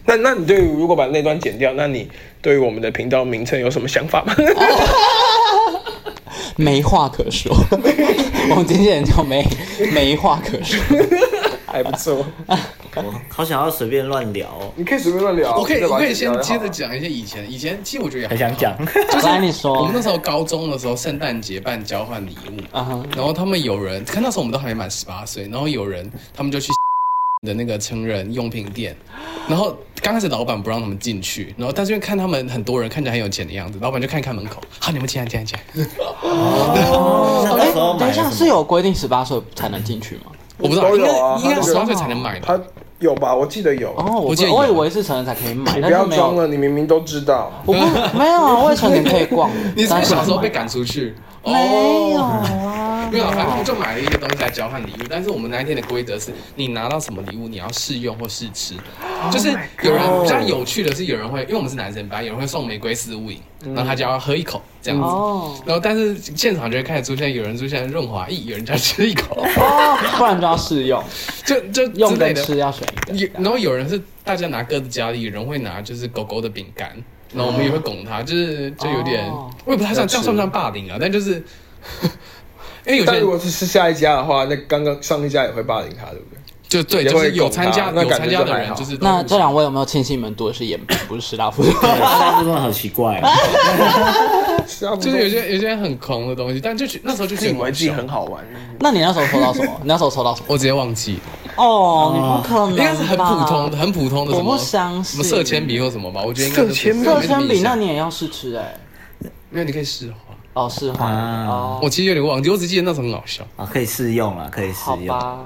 Speaker 5: 那 那你对于如果把那段剪掉，那你对于我们的频道名称有什么想法吗？
Speaker 4: 没话可说。 我们经纪人就没没话可说。
Speaker 5: 还不错，
Speaker 1: 我好想要随便乱聊哦，
Speaker 3: 你可以随便乱聊。
Speaker 2: 我可以，
Speaker 3: 再把
Speaker 2: 我
Speaker 3: 它
Speaker 2: 可以
Speaker 3: 剪掉
Speaker 2: 先
Speaker 3: 就好
Speaker 2: 接着讲一些以前，以前其实我觉得也
Speaker 1: 很
Speaker 2: 还好
Speaker 1: 想讲。
Speaker 4: 来，你说。
Speaker 2: 我们那时候高中的时候，圣诞节办交换礼物，
Speaker 4: 啊哈，
Speaker 2: 然后他们有人，看那时候我们都还没满十八岁，然后有人他们就去 的那个成人用品店，然后刚开始老板不让他们进去，然后但是因为看他们很多人看起来很有钱的样子，老板就看一看门口，好你们进来进来进来，
Speaker 1: 哦，那那时候
Speaker 4: 哎等
Speaker 1: 买
Speaker 4: 一下
Speaker 1: 了
Speaker 4: 是
Speaker 1: 什么？
Speaker 4: 有规定十八岁才能进去吗？
Speaker 2: 我不知道
Speaker 5: 都
Speaker 2: 应该
Speaker 5: 有啊
Speaker 2: 应该
Speaker 5: 他
Speaker 2: 十
Speaker 5: 那个
Speaker 2: 八岁才能买吧
Speaker 5: 他，有吧？我记得有。
Speaker 4: 哦，我
Speaker 2: 我
Speaker 4: 不
Speaker 2: 记得有
Speaker 4: 我以为是成人才可以买，
Speaker 5: 你不
Speaker 4: 但是
Speaker 5: 要
Speaker 4: 没
Speaker 5: 装
Speaker 4: 有，
Speaker 5: 了，你明明都知道。
Speaker 4: 我不没有啊，未成年可以逛
Speaker 2: 。你是不
Speaker 4: 但
Speaker 2: 是
Speaker 4: 是
Speaker 2: 小时候被赶出去？
Speaker 4: 没
Speaker 2: 哦
Speaker 4: 有啊？
Speaker 2: 没有，反正我们就买了一个东西来交换礼物。但是我们那一天的规则是，你拿到什么礼物，你要试用或试吃。就是有人比较有趣的是，有人会，因为我们是男生班，有人会送玫瑰四物饮，然后他就要喝一口这样子。
Speaker 4: 哦
Speaker 2: 然后，但是现场就会开始出现有人出现润滑液，有人就要吃一口，
Speaker 4: 哦，不然就要试用，
Speaker 2: 就就
Speaker 4: 用
Speaker 2: 之类
Speaker 4: 跟
Speaker 2: 的。
Speaker 4: 吃要选一
Speaker 2: 有
Speaker 4: 个。
Speaker 2: 然后有人是大家拿各自家里，有人会拿就是狗狗的饼干，然后我们也会拱
Speaker 5: 哦
Speaker 2: 他，就是就有点，
Speaker 4: 哦
Speaker 2: 我也不太算这样算不算霸凌啊，但就是 因为有些
Speaker 5: 但
Speaker 2: 人
Speaker 5: 如果是是下一家的话，那刚刚上一家也会霸凌他，对不对？
Speaker 2: 就对，
Speaker 5: 也
Speaker 2: 就
Speaker 5: 会
Speaker 2: 是有
Speaker 5: 拱
Speaker 2: 参加
Speaker 5: 他那
Speaker 2: 有
Speaker 5: 感
Speaker 2: 参
Speaker 5: 觉
Speaker 2: 加
Speaker 5: 就
Speaker 2: 的
Speaker 5: 还
Speaker 2: 人
Speaker 5: 好
Speaker 2: 就是都
Speaker 4: 那
Speaker 2: 是
Speaker 4: 这两位有没有庆幸你们读的是眼部，不是师大附中？
Speaker 1: 对，那部分好奇怪哦。
Speaker 5: 是啊，
Speaker 2: 就是有些有些很狂的东西，但就觉那时候就觉
Speaker 5: 自
Speaker 2: 得
Speaker 5: 以为
Speaker 2: 很
Speaker 5: 自己
Speaker 2: 爽
Speaker 5: 很好玩。
Speaker 4: 那你那时候抽到什么？你 那时候抽到什么？
Speaker 2: 我直接忘记，
Speaker 4: 哦，你不可能，
Speaker 2: 应该是很普通的、。很普通的什
Speaker 4: 我
Speaker 2: 么
Speaker 4: 不相
Speaker 2: 什
Speaker 4: 信
Speaker 2: 么色铅笔或什么吧，我觉得应该都不
Speaker 5: 色铅笔
Speaker 2: 是
Speaker 4: 色铅笔，
Speaker 2: 因为
Speaker 4: 那
Speaker 2: 你
Speaker 4: 你也要试吃哎？
Speaker 2: 因为你可以试画，
Speaker 4: 哦，是画
Speaker 1: 啊
Speaker 4: 哦，
Speaker 2: 我其实有点忘记，我只记得那时候很搞笑。
Speaker 1: 啊，可以试用了，可以试
Speaker 4: 好
Speaker 1: 用。
Speaker 4: 吧。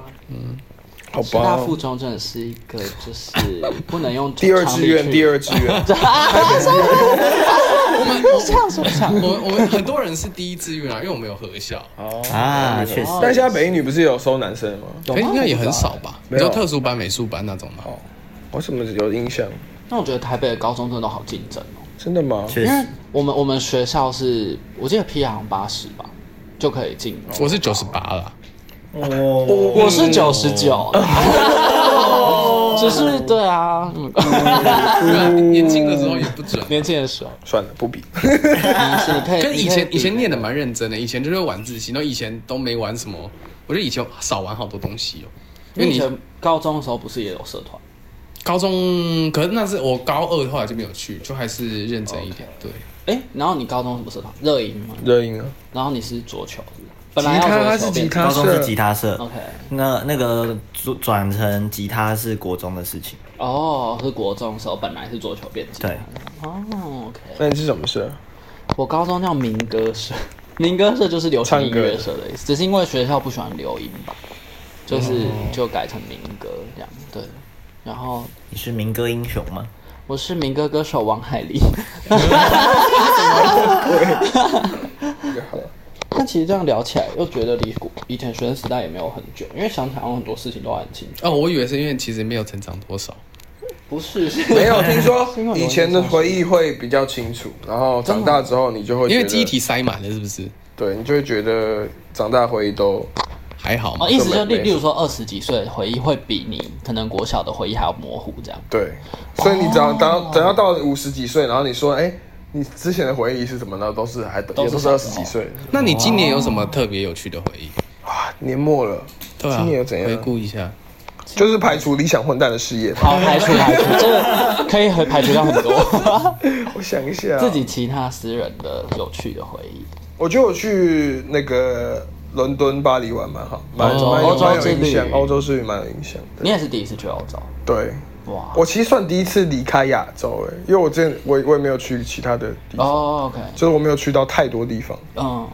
Speaker 5: 好
Speaker 4: 师大
Speaker 5: 吧，
Speaker 4: 附中真的是一个，就是不 能用
Speaker 5: 第二志愿，第
Speaker 4: 二。
Speaker 5: 二志愿，
Speaker 2: 我们
Speaker 4: 唱什么唱？
Speaker 2: 我们我们很多人是第一志愿啊，因为我们有合校，
Speaker 1: 啊，确实。
Speaker 4: 哦
Speaker 5: 但现在北一女不是有收男生吗？
Speaker 2: 可是应该也很少吧？你
Speaker 5: 没有
Speaker 2: 说特殊班、美术班那种吗？
Speaker 5: 我哦怎么有印象？
Speaker 4: 那我觉得台北的高中真的都好竞争哦，
Speaker 5: 真的吗？
Speaker 1: 确
Speaker 4: 因为
Speaker 1: 实，
Speaker 4: 我们我们学校是我记得 P 好像八十吧就可以进，
Speaker 2: 我是九十八了，
Speaker 1: 哦，
Speaker 4: 我是九十九，只是对啊，嗯
Speaker 2: 对啊年轻的时候也不准。
Speaker 4: 年轻的时候，
Speaker 5: 算了，不比。
Speaker 4: 嗯是你可以，
Speaker 2: 跟以前
Speaker 4: 你可
Speaker 2: 以前念
Speaker 4: 的
Speaker 2: 的蛮认真的，以前就是晚自习，然后以前都没玩什么，我觉得以前少玩好多东西哦、因为
Speaker 4: 以
Speaker 2: 你
Speaker 4: 前高中的时候不是也有社团？
Speaker 2: 高中，可是那是我高二后来就没有去，就还是认真一点。对，
Speaker 4: 哎，然后你高中什么社团？热音嘛，
Speaker 5: 热音啊，
Speaker 4: 然后你是桌球，是不是本
Speaker 5: 吉
Speaker 4: 来
Speaker 5: 他
Speaker 4: 要
Speaker 5: 他是
Speaker 4: 桌球
Speaker 5: 吉
Speaker 4: 变成
Speaker 5: 他
Speaker 1: 高中是
Speaker 5: 社，
Speaker 1: 吉他社。
Speaker 4: ，OK，
Speaker 1: 那那个转转成吉他是国中的事情，
Speaker 4: 哦，是国中的时候本来是桌球变吉他
Speaker 1: 对，
Speaker 4: 哦，OK。
Speaker 5: 那你是什么啊社？
Speaker 4: 我高中叫民歌社， 民歌社就是流行音乐社的意思，只是因为学校不喜欢流音吧，就是
Speaker 5: 哦
Speaker 4: 就改成民歌这样。对，然后
Speaker 1: 你是民歌英雄吗？
Speaker 4: 我是民歌歌手王海 林。但其实这样聊起来，又觉得离古以前学生时代也没有很久，因为想想有很多事情都还很清楚。
Speaker 2: 哦，我以为是因为其实没有成长多少，
Speaker 4: 不是，是
Speaker 5: 没有听说
Speaker 4: 新闻
Speaker 5: 以前的回忆会比较清楚，然后长大之后你就会
Speaker 2: 因为
Speaker 5: 觉得
Speaker 2: 记忆体塞满了，是不是？
Speaker 5: 对你就会觉得长大回忆都
Speaker 2: 还好嘛
Speaker 4: 哦，。意思就
Speaker 5: 都没
Speaker 4: 例
Speaker 5: 没
Speaker 4: 例如说二十几岁的回忆会比你可能国小的回忆还要模糊这样。
Speaker 5: 对，所以
Speaker 4: 哦
Speaker 5: 你只要当等到到五十几岁，然后你说哎、你之前的回忆是什么呢？都是还
Speaker 4: 都
Speaker 5: 也
Speaker 4: 是
Speaker 5: 都是二十几岁
Speaker 2: 那你今年有什么特别有趣的回忆？
Speaker 5: 啊，年末了，
Speaker 2: 对啊，
Speaker 5: 今年有怎样
Speaker 2: 回顾一下，
Speaker 5: 就是排除理想混蛋的事业。
Speaker 4: 好，排除排除，这个可以排除掉很多
Speaker 5: 我想一下，啊
Speaker 4: 自己其他私人的有趣的回忆。
Speaker 5: 我觉得我去那个伦敦、巴黎玩蛮好，蛮
Speaker 2: 欧洲
Speaker 5: 蛮有
Speaker 4: 哦欧洲
Speaker 5: 蛮有
Speaker 4: 之
Speaker 5: 印
Speaker 4: 旅
Speaker 5: 象，欧洲之旅蛮有印象的。
Speaker 4: 你也是第一次去欧洲，
Speaker 5: 对，
Speaker 4: 哇！
Speaker 5: 我其实算第一次离开亚洲诶、哎因为我之前我我也没有去其他的地方，
Speaker 4: 哦，OK，
Speaker 5: 就是我没有去到太多地方。
Speaker 4: 嗯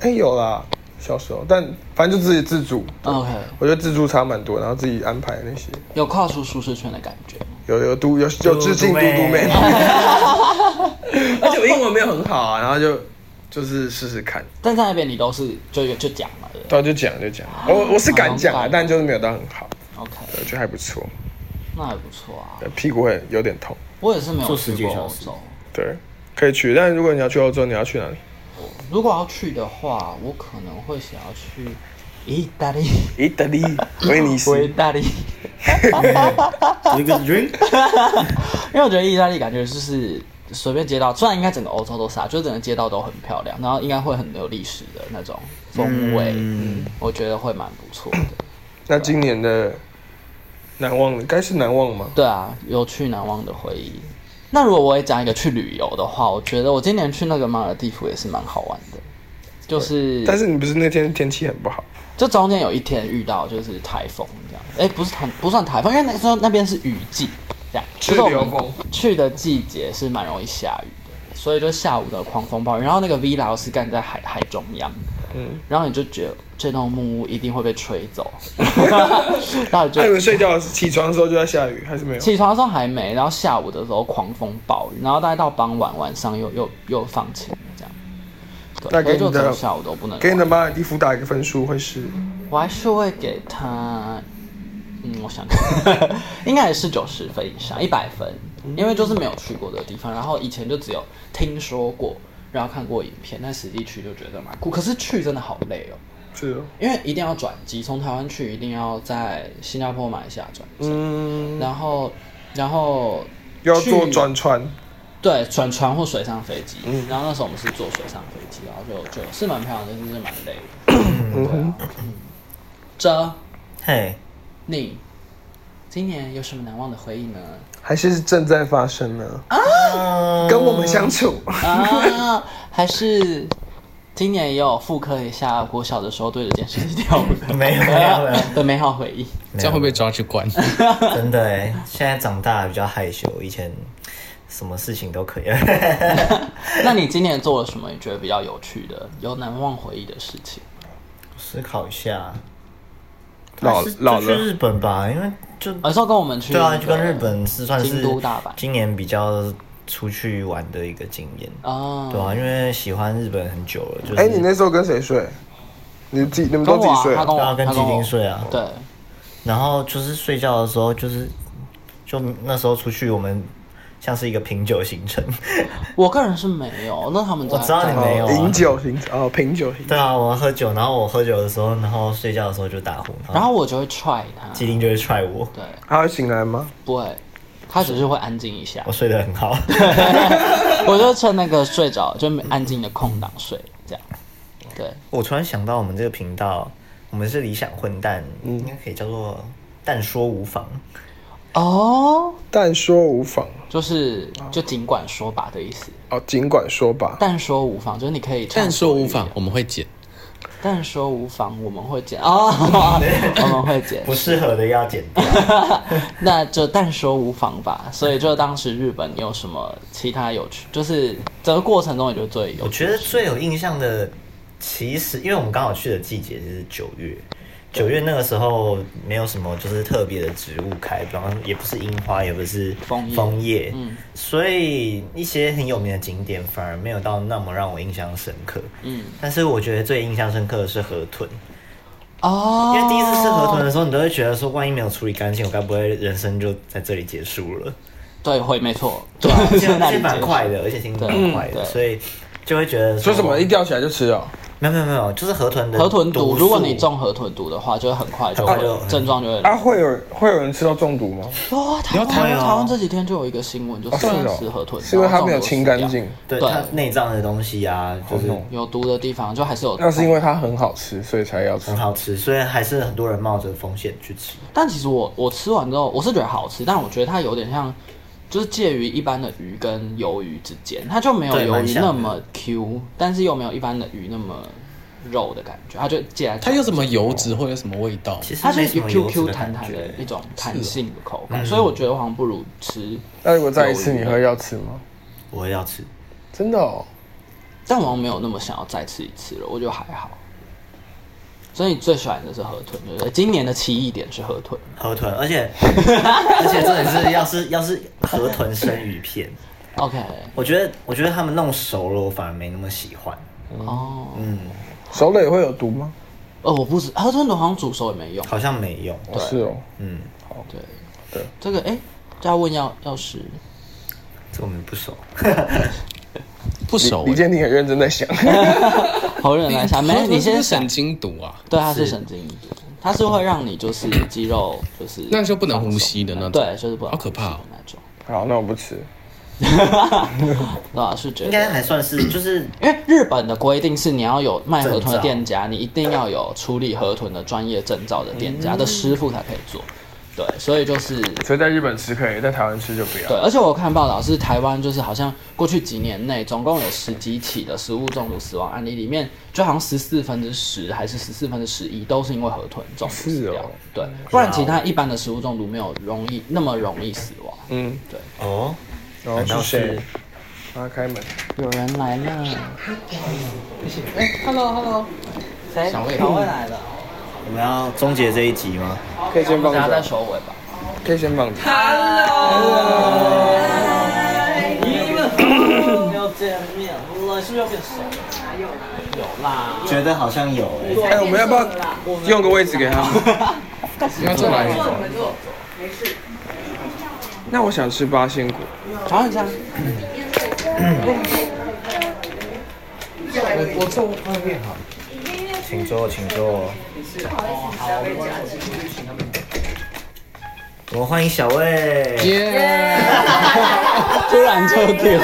Speaker 5: 哎、有啦，小时候，但反正就自己自助。
Speaker 4: ，OK，
Speaker 5: 我觉得自助差蛮多，然后自己安排那些，
Speaker 4: 有跨出舒适圈的感觉。
Speaker 5: 有有嘟有有致敬嘟
Speaker 1: 嘟妹
Speaker 5: 嘟妹， 而且我英文没有很好啊，然后就就是试试看，
Speaker 4: 但在那边你都是就就讲了对不对
Speaker 5: 对啊，就讲就讲，我我是敢讲啊，但就是没有到很好，
Speaker 4: ，OK，
Speaker 5: 我觉得还不错，
Speaker 4: 那还不错啊。
Speaker 5: 对屁股会有点痛，
Speaker 4: 我也是没有
Speaker 1: 坐
Speaker 4: 去
Speaker 1: 十几
Speaker 4: 过
Speaker 1: 小
Speaker 4: 欧
Speaker 1: 时
Speaker 4: 洲。
Speaker 5: 对，可以去，但如果你要去欧洲，你要去哪里？
Speaker 4: 如果要去的话，我可能会想要去意大利、
Speaker 5: 意大利、 威尼斯，
Speaker 4: 维大利，
Speaker 1: 一个 drink，
Speaker 4: 因为我觉得意大利感觉就是随便街道，虽然应该整个欧洲都是啊，就是整个街道都很漂亮，然后应该会很有历史的那种风味，嗯，我觉得会蛮不错的。
Speaker 5: 那今年的难忘的该是难忘吗？
Speaker 4: 对啊，有去难忘的回忆。那如果我也讲一个去旅游的话，我觉得我今年去那个马尔地夫也是蛮好玩的，就是
Speaker 5: 但是你不是那天天气很不好，
Speaker 4: 就中间有一天遇到就是台风这样，哎、不是台不算台风，因为那时候那边是雨季，这样，
Speaker 5: 去
Speaker 4: 就是我
Speaker 5: 流
Speaker 4: 们
Speaker 5: 风
Speaker 4: 去的季节是蛮容易下雨的，所以就下午的狂风暴雨，然后那个 villa 是干在海海中央，
Speaker 5: 嗯，
Speaker 4: 然后你就觉得这栋木屋一定会被吹 走，然后你就
Speaker 5: 那你们睡觉起床的时候就在下雨，还是没有？
Speaker 4: 起床的时候还没，然后下午的时候狂风暴雨，然后大概到傍晚晚上又又又放晴了这样。对
Speaker 5: 那给你
Speaker 4: 所以就
Speaker 5: 的
Speaker 4: 整下午都不能
Speaker 5: 给你的
Speaker 4: 玩
Speaker 5: 马尔蒂夫打一个分数会是
Speaker 4: 我还是会给他，嗯，我想看， 应该也是九十分以上，一百分，因为就是没有去过的地方，然后以前就只有听说过，然后看过影片，但实际去就觉得蛮酷，可是去真的好累哦。
Speaker 5: 是哦，
Speaker 4: 因为一定要转机，从台湾去一定要在新加坡、马来西亚转机，
Speaker 5: 嗯，
Speaker 4: 然后，然后
Speaker 5: 要
Speaker 4: 去
Speaker 5: 坐转船，
Speaker 4: 对，转船或水上飞机。然后那时候我们是坐水上飞机，然后就就是蛮漂亮的，但是是蛮累的。对啊。嗯哲，
Speaker 1: 嘿，
Speaker 4: 你今年有什么难忘的回忆呢？
Speaker 5: 还是正在发生呢？跟我们相处，
Speaker 4: 啊，还是今年也有复刻一下国小的时候对着电视机跳舞 的
Speaker 1: 没有没有没有
Speaker 4: 的美好回忆？
Speaker 2: 这样会被抓去 关。
Speaker 1: 真的哎，现在长大比较害羞，以前什么事情都可以。
Speaker 4: 那你今年做了什么？你觉得比较有趣的、有难忘回忆的事情？
Speaker 1: 思考一下，
Speaker 5: 老
Speaker 1: 还是就
Speaker 5: 老
Speaker 1: 去
Speaker 5: 了，
Speaker 1: 日本吧，因为就
Speaker 4: 呃，说跟我们去
Speaker 1: 对啊，
Speaker 4: 那
Speaker 1: 就
Speaker 4: 个
Speaker 1: 跟日本是算
Speaker 4: 京
Speaker 1: 是
Speaker 4: 都大阪
Speaker 1: 今年比较出去玩的一个经验。
Speaker 4: 啊，
Speaker 1: 对啊，因为喜欢日本很久了，就是
Speaker 5: 哎，你那时候跟谁睡？你自己你们
Speaker 4: 跟
Speaker 5: 都
Speaker 4: 我
Speaker 5: 自己
Speaker 4: 啊
Speaker 5: 睡
Speaker 4: 他
Speaker 5: 啊？
Speaker 4: 跟
Speaker 1: 对
Speaker 4: 我
Speaker 1: 啊，跟
Speaker 4: 他
Speaker 1: 基
Speaker 4: 我
Speaker 1: 丁睡啊，
Speaker 4: 对，
Speaker 1: 然后就是睡觉的时候，就是就那时候出去，我们像是一个品酒行程。
Speaker 4: 我个人是没有，那他们
Speaker 1: 我知道
Speaker 4: 在
Speaker 1: 你没有啊
Speaker 5: 哦饮酒行哦，品酒行，
Speaker 1: 对啊，我喝酒，然后我喝酒的时候，然后睡觉的时候就打呼，
Speaker 4: 然后我就会踹他，
Speaker 1: 基丁就会踹我，
Speaker 4: 对，
Speaker 5: 他会醒来吗？
Speaker 4: 不会，他只是会安静一下
Speaker 1: 我，睡得很好。
Speaker 4: 我就趁那个睡着，就安静的空档睡，这样，对，
Speaker 1: 我突然想到，我们这个频道，我们是理想混蛋，
Speaker 4: 嗯
Speaker 1: 应该可以叫做但说无妨。
Speaker 4: 哦，
Speaker 5: 但说无妨
Speaker 4: 就是就尽管说吧的意思，
Speaker 5: 哦，尽管说吧。
Speaker 4: 但说无妨，就是你可以畅所欲言，
Speaker 2: 但说无妨，我们会剪。
Speaker 4: 但说无妨，我们会剪哦， 我们会剪，
Speaker 1: 不适合的要剪掉。
Speaker 4: 那就但说无妨吧。所以就当时日本有什么其他有趣，就是整个过程中也就最有
Speaker 1: 我
Speaker 4: 趣
Speaker 1: 觉得最有印象的，其实因为我们刚好去的季节是九月，九月那个时候没有什么就是特别的植物开，比方也不是樱花，也不是
Speaker 4: 枫叶
Speaker 1: 枫叶，
Speaker 4: 嗯
Speaker 1: 所以一些很有名的景点反而没有到那么让我印象深刻。
Speaker 4: 嗯，
Speaker 1: 但是我觉得最印象深刻的是河豚，
Speaker 4: 哦，
Speaker 1: 因为第一次吃河豚的时候，你都会觉得说，万一没有处理干净，我该不会人生就在这里结束了？
Speaker 4: 对，会没错，
Speaker 1: 对、 啊，而且
Speaker 4: 那里
Speaker 1: 而且蛮
Speaker 4: 结束
Speaker 1: 快的，而且挺蛮快
Speaker 4: 对
Speaker 1: 的，所以就会觉得
Speaker 5: 说什么一吊起来就吃哦？
Speaker 1: 没有没有没有，就是河豚的
Speaker 4: 河豚毒，
Speaker 1: 素
Speaker 4: 如果你中河豚毒的话，就会很快就
Speaker 1: 很快就
Speaker 4: 会症状就会。
Speaker 5: 啊，会有会有人吃到中毒吗？
Speaker 4: 哇，哦台湾
Speaker 1: 台湾
Speaker 4: 台湾这几天就有一个新闻，就是
Speaker 5: 是啊哦
Speaker 4: 吃河豚，
Speaker 5: 是因为它没有
Speaker 4: 然后中毒死
Speaker 5: 清干
Speaker 4: 掉
Speaker 5: 净，
Speaker 1: 对
Speaker 4: 对
Speaker 1: 它内脏的东西啊，就是
Speaker 5: 浓
Speaker 4: 有毒的地方就还是有。
Speaker 5: 那是因为它很好吃，所以才要吃
Speaker 1: 很。好吃，所以还是很多人冒着风险去吃。
Speaker 4: 但其实我我吃完之后，我是觉得好吃，但我觉得它有点像，就是介于一般的鱼跟鱿鱼之间，它就没有
Speaker 1: 对
Speaker 4: 鱿
Speaker 1: 蛮
Speaker 4: 鱼
Speaker 1: 像的
Speaker 4: 那么 Q，但是又没有一般的鱼那么肉的感觉，它就介在
Speaker 2: 它有什么油脂或者什么味道？
Speaker 1: 其实
Speaker 4: 它就
Speaker 1: 没
Speaker 4: 是
Speaker 1: 什么油
Speaker 4: Q
Speaker 1: 脂
Speaker 4: Q
Speaker 1: 的
Speaker 4: 弹
Speaker 1: 感
Speaker 4: 弹的
Speaker 1: 觉，哦嗯
Speaker 4: 一种弹性的口感，所以我觉得我好像不如吃，
Speaker 5: 那如果再一次你会要吃吗？
Speaker 1: 我也要吃。
Speaker 5: 真的哦，
Speaker 4: 但我好像没有那么想要再吃一次了，我觉得还好。所以你最喜欢的是河豚，对不对？今年的奇异点是河豚，
Speaker 1: 河豚，而 且而且重点是，要是要是河豚生鱼片，
Speaker 4: OK，
Speaker 1: 我觉得我觉得他们弄熟了，我反而没那么喜欢。
Speaker 4: 哦，
Speaker 1: 嗯，
Speaker 5: 熟了也会有毒吗？
Speaker 4: 呃，我不知河豚好像煮熟也没用，
Speaker 1: 好像没用。
Speaker 5: 哦是哦，
Speaker 1: 嗯，
Speaker 4: 对，
Speaker 5: 对，
Speaker 4: 这个哎，要问要要是
Speaker 1: 这我们不熟。
Speaker 2: 不熟
Speaker 5: 李
Speaker 2: 欸。
Speaker 5: 健，你很认真在想，
Speaker 4: 好忍耐一 下，没，你先
Speaker 2: 是
Speaker 4: 想
Speaker 2: 神，经毒啊，
Speaker 4: 对，它是神经毒，它是会让你就是肌肉就是
Speaker 2: 那就不能呼吸的那种
Speaker 4: 对，就是不能
Speaker 2: 好可怕哦
Speaker 4: 呼吸的那种，
Speaker 5: 好，那我不吃。
Speaker 4: 对啊，是觉
Speaker 1: 应
Speaker 4: 得
Speaker 1: 该还算是，就是
Speaker 4: 因为哎日本的规定是，你要有卖河
Speaker 1: 证
Speaker 4: 豚的
Speaker 1: 照
Speaker 4: 店家，你一定要有处理河豚的专业证照的店
Speaker 5: 嗯
Speaker 4: 家的师傅才可以做。对，所以就是
Speaker 5: 所以在日本吃可以，在台湾吃就不
Speaker 4: 对，
Speaker 5: 要。
Speaker 4: 而且我看报道是台湾就是好像过去几年内总共有十几起的食物中毒死亡案例，里面就好像十四分之十还是十四分之十一都是因为河豚中毒死掉。
Speaker 5: 是哦
Speaker 4: 对，不然其他一般的食物中毒没有容易那么容易死亡。
Speaker 5: 嗯，
Speaker 1: 哦，
Speaker 5: 然后
Speaker 1: 难道
Speaker 5: 是谁
Speaker 1: 是？
Speaker 5: 他开门，
Speaker 4: 有人来了。哎、h 哎 e l l o Hello，谁？小魏，小魏来了。
Speaker 1: 我们要终结这一集吗？
Speaker 5: 可以先放
Speaker 4: 大家再
Speaker 5: 着，
Speaker 4: 收尾吧。
Speaker 5: 可以先放着。
Speaker 4: 又见面了，是不是又变熟？有啦，
Speaker 1: 觉得好像有欸诶、
Speaker 5: 哎，我们要不要用个位置给他？
Speaker 2: 你要再来一
Speaker 6: 坐
Speaker 2: 个。
Speaker 6: 你们坐，没事。
Speaker 5: 那我想吃八仙果，
Speaker 4: 尝一下。
Speaker 1: 请坐，请坐。我们欢迎小魏。
Speaker 4: 突然就丢。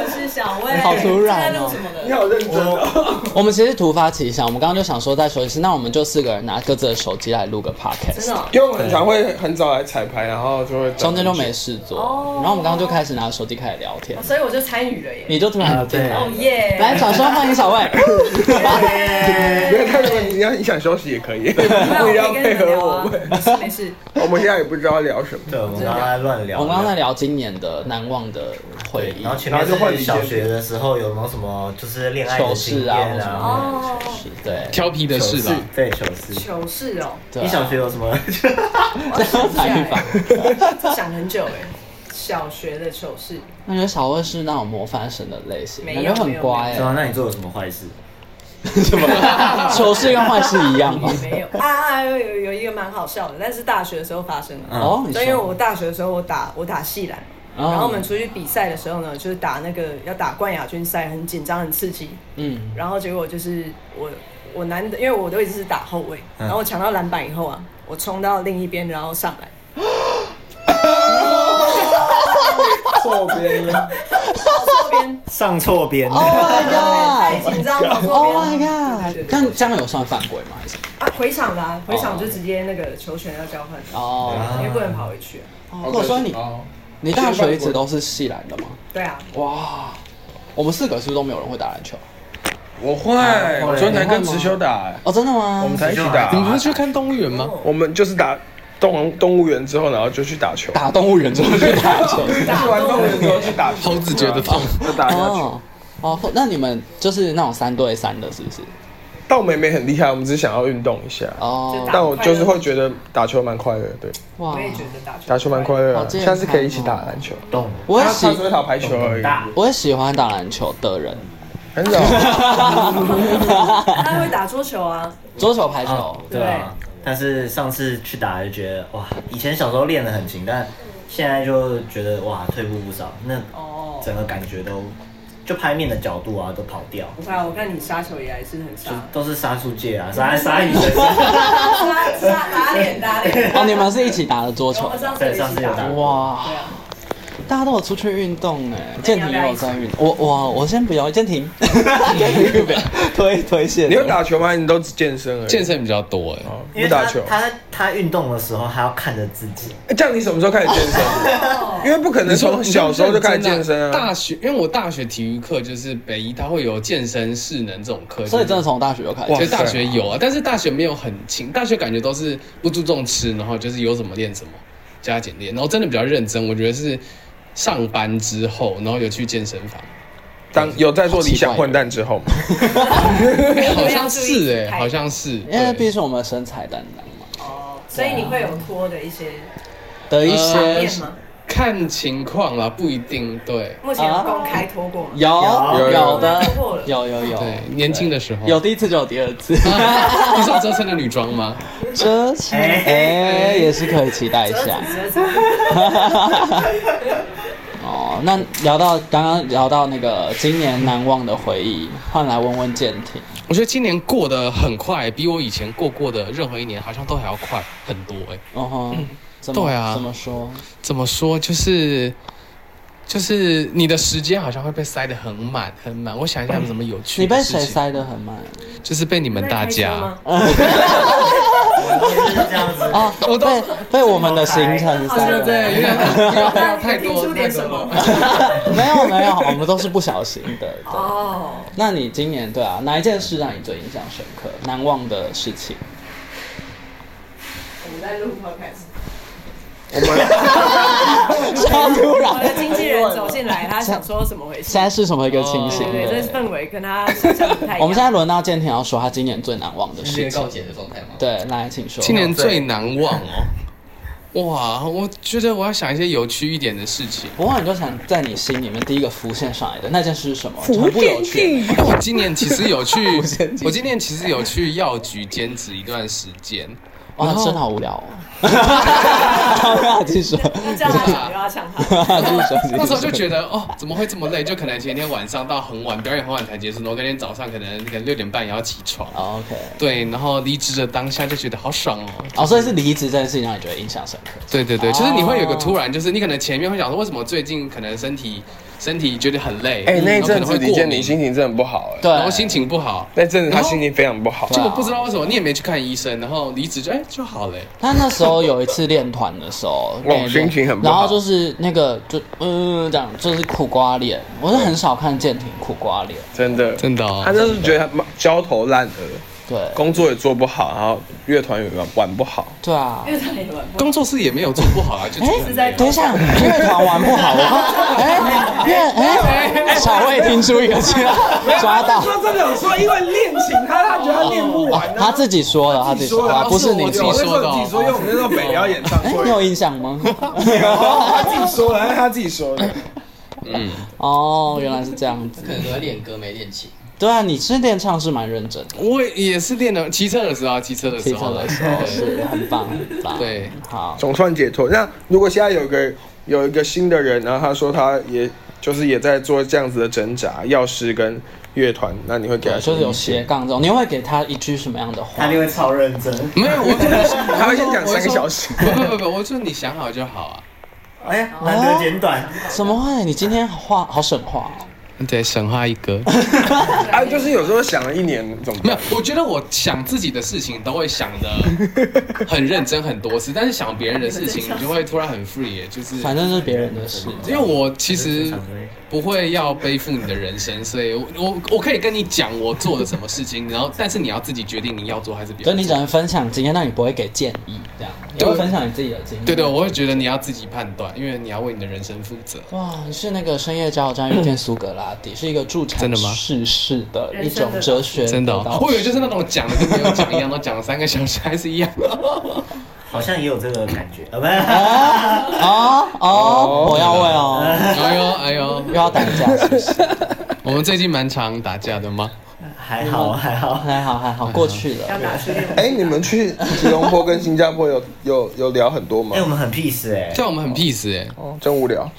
Speaker 6: 我是小魏，
Speaker 4: 好突然哦
Speaker 6: 现在录什么的
Speaker 5: 你好认真哦。
Speaker 4: 我们其实突发奇想，我们刚刚就想说在休息室，那我们就四个人拿各自的手机来录个 podcast，
Speaker 6: 真的哦
Speaker 5: 因为我们常会很早来彩排，然后就会
Speaker 4: 中间就没事做。然后我们刚刚就开始拿手机开始聊天，
Speaker 6: 所以我就参与了耶。
Speaker 4: 你就突然进来
Speaker 1: 啊
Speaker 6: 哦，耶！
Speaker 4: 来掌声欢迎小魏。
Speaker 5: 没有，他如果你要你想休息也可以， 不一定要配合我们。啊
Speaker 6: 们。没事，
Speaker 5: 我们现在也不知道聊什么。
Speaker 1: 对，我们刚刚在乱聊。
Speaker 4: 我们刚刚在聊今年的难忘的回忆
Speaker 1: 然，后前面
Speaker 5: 然后就换
Speaker 1: 是小学的时候有没有什么就是恋爱
Speaker 4: 糗
Speaker 1: 的
Speaker 4: 事
Speaker 1: 经
Speaker 4: 啊，或
Speaker 1: 验
Speaker 4: 者什
Speaker 1: 啊？
Speaker 4: 么糗事，对，
Speaker 2: 调皮的事
Speaker 1: 糗
Speaker 2: 啦，
Speaker 1: 对糗事。
Speaker 6: 哦糗事哦，
Speaker 4: 对啊哎
Speaker 1: 你小学有什么？
Speaker 4: 这样才遇吧。
Speaker 6: 这想很久哎。小学的糗事，
Speaker 4: 我觉得小魏是那种模范生的类型，
Speaker 6: 没
Speaker 4: 感
Speaker 6: 有
Speaker 4: 觉很乖
Speaker 1: 对啊，那你做了 什么坏事？
Speaker 4: 哦哎，糗事跟坏事一样吗？
Speaker 6: 没有啊啊，有有有一个蛮好笑的，但是大学的时候发生的。
Speaker 1: 嗯
Speaker 4: 哦，你
Speaker 6: 对，因为
Speaker 4: 说
Speaker 6: 我大学的时候我打我打系篮，
Speaker 4: 哦
Speaker 6: 然后我们出去比赛的时候呢，就是打那个要打冠亚军赛，很紧张很刺激。
Speaker 4: 嗯，
Speaker 6: 然后结果就是我我难得，因为我都一直是打后卫，
Speaker 4: 嗯
Speaker 6: 然后我抢到篮板以后啊，我冲到另一边然后上来，
Speaker 5: 错边
Speaker 6: 这边
Speaker 1: 上错 边。
Speaker 6: 太紧张了，
Speaker 4: Oh
Speaker 6: 这
Speaker 4: my
Speaker 6: 边
Speaker 4: god！但这样有算犯规吗？还是什么
Speaker 6: 啊回场啦、回场就直接那个球权要交换，
Speaker 4: 哦，
Speaker 6: 因为不能跑回去啊、
Speaker 4: 或者说你你大学一直都是系篮的吗？
Speaker 6: 对啊，
Speaker 4: 哇，我们四个是不是都没有人会打篮球？
Speaker 5: 我会，
Speaker 4: 啊
Speaker 5: 我昨天才跟池修打，哎
Speaker 4: 哦，真的吗？
Speaker 5: 我们才一起打
Speaker 2: 你。们不是去看动物园吗？
Speaker 5: 我们就是打动动物园之后，然后就去打球。
Speaker 4: 打动物园之后去打球。
Speaker 5: 去完动物园之后去打球，啊
Speaker 2: 猴子觉得痛，
Speaker 5: 就打下去。
Speaker 4: 哦哦，那你们就是那种三对三的，是不是？
Speaker 5: 但我们也没很厉害，我们只是想要运动一下。
Speaker 6: 就
Speaker 4: 哦
Speaker 6: 打，
Speaker 5: 但我就是会觉得打球蛮快乐，对，
Speaker 4: 哇
Speaker 6: 我也觉得打球
Speaker 5: 打球蛮快乐
Speaker 4: 好
Speaker 5: 的，
Speaker 4: 健康
Speaker 5: 下
Speaker 4: 哦
Speaker 5: 次可以一起打篮球。
Speaker 1: 动
Speaker 4: 我也
Speaker 5: 他
Speaker 4: 喜
Speaker 5: 他只会打排球而已。
Speaker 1: 大
Speaker 4: 我也喜欢打篮球的人，
Speaker 5: 很早，
Speaker 6: 他会打桌球啊，
Speaker 4: 桌球、排球，
Speaker 1: 对啊。但是上次去打就觉得哇，以前小时候练得很勤，但现在就觉得哇退步不少，那
Speaker 6: 哦
Speaker 1: 整个感觉都就拍面的角度啊都跑掉，
Speaker 6: 我看我看你杀球也还是很
Speaker 1: 就
Speaker 6: 杀，
Speaker 1: 都是杀出界
Speaker 5: 嗯
Speaker 1: 啊，杀杀你 身上。
Speaker 6: 杀杀打脸打脸。
Speaker 4: 哦，你们是一起打的桌球
Speaker 6: 我，们上次
Speaker 1: 对
Speaker 6: 一
Speaker 1: 上次
Speaker 6: 起
Speaker 1: 有
Speaker 6: 打
Speaker 1: 打，
Speaker 4: 哇
Speaker 6: 对！啊，
Speaker 4: 大家都有出去运动哎，
Speaker 6: 那
Speaker 4: 健
Speaker 6: 你要
Speaker 4: 庭
Speaker 6: 不
Speaker 4: 也
Speaker 6: 要
Speaker 4: 有
Speaker 6: 一起
Speaker 4: 在运，我我我先不要，先停，先不要推推卸。
Speaker 5: 你有打球吗？你都只健身而已。
Speaker 2: 健身比较多哎、
Speaker 5: 哦，
Speaker 1: 因
Speaker 5: 不
Speaker 1: 为
Speaker 5: 打
Speaker 1: 他
Speaker 5: 球。
Speaker 1: 他他运动的时候，他要看着自己，
Speaker 5: 哎这样你什么时候开始健身？因为不可能从小时候就开始健身啊。
Speaker 2: 大学，因为我大学体育课就是北医，它会有健身势能这种课，
Speaker 4: 所以真的
Speaker 2: 从
Speaker 4: 从大学就开
Speaker 5: 哇
Speaker 2: 就，
Speaker 4: 始
Speaker 2: 是大学有啊，但是大学没有很勤，大学感觉都是不注重吃，然后就是有什么练什么，加减练，然后真的比较认真，我觉得是上班之后，然后有去健身房，
Speaker 5: 当有在做理想混蛋之后嘛，
Speaker 2: 好像是哎、
Speaker 6: 对
Speaker 2: 好像是，
Speaker 4: 因为
Speaker 2: 对
Speaker 4: 毕竟我们身材担当嘛，
Speaker 6: 哦，所以你会有拖的一些
Speaker 4: 的一
Speaker 6: 场
Speaker 2: 呃
Speaker 4: 些
Speaker 6: 面吗？
Speaker 2: 看情况啦，不一定对。
Speaker 6: 目前有公开拖过吗？
Speaker 4: 有
Speaker 1: 有
Speaker 4: 有的
Speaker 6: 有过了
Speaker 4: 有有有
Speaker 2: 对，年轻的时候
Speaker 4: 哦有第一次就有第二次，
Speaker 2: 啊 你说遮身的女装吗？
Speaker 4: 这次
Speaker 1: 哎
Speaker 4: 哎也是可以期待一下。
Speaker 6: 折纸折纸
Speaker 4: 哦，那聊到刚刚聊到那个今年难忘的回忆，换来问问健庭，
Speaker 2: 我觉得今年过得很快，比我以前过过的任何一年好像都还要快很多哎、
Speaker 4: 嗯哼，怎么
Speaker 2: 对啊
Speaker 4: 怎么说？
Speaker 2: 怎么说？就是就是你的时间好像会被塞得很满很满。我想一下有什么有趣
Speaker 4: 你
Speaker 2: 的
Speaker 4: 被
Speaker 2: 事情
Speaker 4: 谁？塞得很满？
Speaker 2: 就是被你们大家。？
Speaker 1: 就是这样子。
Speaker 4: 哦，
Speaker 2: 我都
Speaker 4: 被被我们的行程
Speaker 6: 好
Speaker 4: 塞
Speaker 6: 像
Speaker 4: 得
Speaker 2: 对，
Speaker 4: 很
Speaker 2: 有点
Speaker 4: 满。
Speaker 2: 不要不要太
Speaker 6: 太听
Speaker 2: 多
Speaker 6: 出
Speaker 2: 太
Speaker 6: 点
Speaker 2: 多
Speaker 6: 什么？
Speaker 2: 了。
Speaker 4: 没有没有，我们都是不小心的。 对
Speaker 6: 哦，
Speaker 4: 那你今年对啊，哪一件事让你最印象深刻、难忘的事 情？
Speaker 6: 我们在录 podcast。
Speaker 5: 我们
Speaker 4: 超突
Speaker 6: 我的
Speaker 4: 然，
Speaker 6: 经纪人走进来，他想说怎么回事
Speaker 4: 现？在是什么一个情形
Speaker 6: 对？对，这氛围跟他想象不太一样。
Speaker 4: 我们现在轮到健庭要说他今年最难忘的事情。
Speaker 7: 姐的状态吗？
Speaker 4: 对，来，请说。
Speaker 2: 今年最难忘哦。哇，我觉得我要想一些有趣一点的事情。
Speaker 4: 我往你就想在你心里面第一个浮现上来的那件事是什么？很不有趣。
Speaker 2: 因为我今年其实有去
Speaker 4: 我先，进
Speaker 2: 我今年其实有去药局兼职一段时间。
Speaker 4: 哇，
Speaker 2: 然后
Speaker 4: 真好无聊 哦。好，那继续说，
Speaker 6: 那叫他讲，又要呛他。
Speaker 4: 继续说。
Speaker 2: 那时候就
Speaker 4: 得
Speaker 2: 觉得哦，怎么会这么累？就可能前天晚上到很晚，表演很晚才结束，然后隔天早上可能可能六点半也要起床。
Speaker 4: 哦，OK。
Speaker 2: 对，然后离职的当下就觉得好爽哦。
Speaker 4: 哦，所以是离职这件事情让你觉得印象深刻。
Speaker 2: 对对对，就是你会有一个
Speaker 4: 哦
Speaker 2: 突然，就是你可能前面会想说，为什么最近可能身体身体觉得很累，
Speaker 5: 哎那一
Speaker 2: 嗯然后可
Speaker 5: 阵
Speaker 2: 能
Speaker 5: 子
Speaker 2: 会
Speaker 5: 李
Speaker 2: 过
Speaker 5: 健林
Speaker 2: 敏，
Speaker 5: 心情真的不好哎，
Speaker 4: 对，
Speaker 2: 然后心情不好，
Speaker 5: 那阵子他心情非常不好。
Speaker 2: 就我不知道为什么你也没去看医生，然后离职就哎就好了。
Speaker 4: 他那时候有一次练团的时候，
Speaker 5: 哇
Speaker 4: 练一练
Speaker 5: 心情很不好
Speaker 4: 然后就是那个就嗯这样，就是苦瓜脸。我是很少看健挺苦瓜脸，
Speaker 5: 真的，
Speaker 2: 真的哦
Speaker 5: 他就是觉得他妈焦头烂额，
Speaker 4: 对，
Speaker 5: 工作也做不好，然后乐团也玩不好。
Speaker 4: 对啊。
Speaker 6: 因为他也玩不
Speaker 2: 工作室也没有做不好啊，就
Speaker 4: 哎
Speaker 2: 是
Speaker 6: 是在
Speaker 4: 等一下，乐团玩不 好，我看，哎，乐哎，小魏听出一个字， 抓到，
Speaker 5: 真的有说，因为练琴，他他觉得他练不完啊
Speaker 4: 哦他自己说的，他自己说的，不是你自己
Speaker 2: 我
Speaker 4: 说
Speaker 2: 自己说的哦
Speaker 5: 因 为我们那时候北辽演唱
Speaker 4: 哎， 你有印象 吗？
Speaker 5: 他自己说的，那是他自己说的。
Speaker 4: 哦，原来是这样子
Speaker 7: 可。能都在练歌没练琴。
Speaker 4: 对啊，你是练唱是蛮认真的，
Speaker 2: 我也是练了骑车的时候啊，骑车的时
Speaker 4: 骑车
Speaker 2: 候啊，
Speaker 4: 的时候是很棒，很棒。
Speaker 2: 对，
Speaker 4: 好，
Speaker 5: 总算解脱。那如果现在有个有一个新的人，然后他说他也就是也在做这样子的挣扎，药师跟乐团，那你会给他
Speaker 4: 对，就是有斜
Speaker 5: 些，
Speaker 4: 杠这种，你会给他一句什么样的话
Speaker 1: 他？就会超认真。
Speaker 5: 嗯
Speaker 2: 没有，我可能是
Speaker 5: 他会先讲三个小 时。
Speaker 2: 不不不不，我说你想好就好啊。
Speaker 1: 哎呀，
Speaker 5: 哦
Speaker 1: 难得简短。
Speaker 4: 怎么会？你今天话好省话哦、
Speaker 2: 对，神话一哥。
Speaker 5: 啊，就是有时候想了一年怎么
Speaker 2: 没有
Speaker 5: 办？，
Speaker 2: 我觉得我想自己的事情都会想的很认真很多次，但是想别人的事情，你就会突然很 free，耶就是
Speaker 4: 反正是别人的事。
Speaker 2: 因为我其实不会要背负你的人生，所以我我我可以跟你讲我做了什么事情，然后但是你要自己决定你要做还是别
Speaker 4: 所以
Speaker 2: 人
Speaker 4: 你
Speaker 2: 做。
Speaker 4: 只能分享经验，但你不会给建议，这样你会分享你自己的经验。
Speaker 2: 对对，我会觉得你要自己判断，因为你要为你的人生负责。
Speaker 4: 哇，你是那个深夜加油站遇见苏格拉底，是一个助产
Speaker 2: 真的吗
Speaker 4: 世事的一
Speaker 6: 人生
Speaker 4: 种
Speaker 6: 的导
Speaker 4: 哲学
Speaker 2: 真的
Speaker 4: 导
Speaker 2: 哦，
Speaker 4: 师
Speaker 2: 我以为就是那种讲的跟没有讲一样，都讲了三个小时还是 一样。
Speaker 1: 好像也有这个感觉，啊，不是，
Speaker 4: 哦哦，我要问哦，
Speaker 2: 哎呦哎呦，
Speaker 4: 又要打架是不是？
Speaker 2: 我们最近蛮常打架的吗？
Speaker 1: 还
Speaker 5: 嗯
Speaker 1: 好还好，
Speaker 4: 还哎好还好，过去了。
Speaker 2: 哦
Speaker 6: 要打去练。
Speaker 5: 哎、你们去吉隆坡跟新加坡有有有聊很多吗
Speaker 1: 哎，？我们很 peace 哎
Speaker 2: 虽，然我们很 peace 哎、
Speaker 5: 哦，真无聊。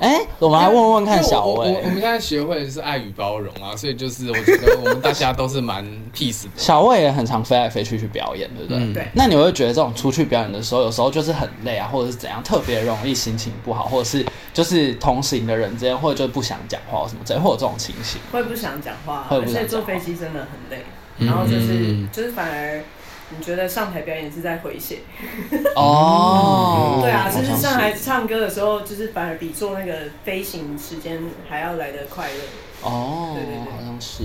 Speaker 4: 哎、我们来问问看
Speaker 5: 欸
Speaker 4: 小
Speaker 2: 我我我
Speaker 4: 魏
Speaker 2: 们，现在学会的是爱与包容啊，所以就是我觉得我们大家都是蛮 peace 的。
Speaker 4: 小魏也很常飞来飞去去表演，对不对？
Speaker 2: 嗯
Speaker 6: 对
Speaker 4: 那你会觉得这种出去表演的时候，有时候就是很累啊，或者是怎样，特别容易心情不好，或者是就是同行的人之间，或者就不想讲话或什么之类，会有这种情形。
Speaker 6: 会不想讲话，
Speaker 4: 会
Speaker 6: 而
Speaker 4: 不想
Speaker 6: 且坐
Speaker 4: 讲话嗯
Speaker 6: 飞机真的很累，然后就是、就是反而你觉得上台表演是在回血，
Speaker 4: 哦，
Speaker 6: 对啊，
Speaker 4: 嗯好
Speaker 6: 就
Speaker 4: 像
Speaker 6: 是上台唱歌的时候，就是反而比做那个飞行时间还要来的快乐。
Speaker 4: 哦
Speaker 6: 对对，对
Speaker 4: 好像是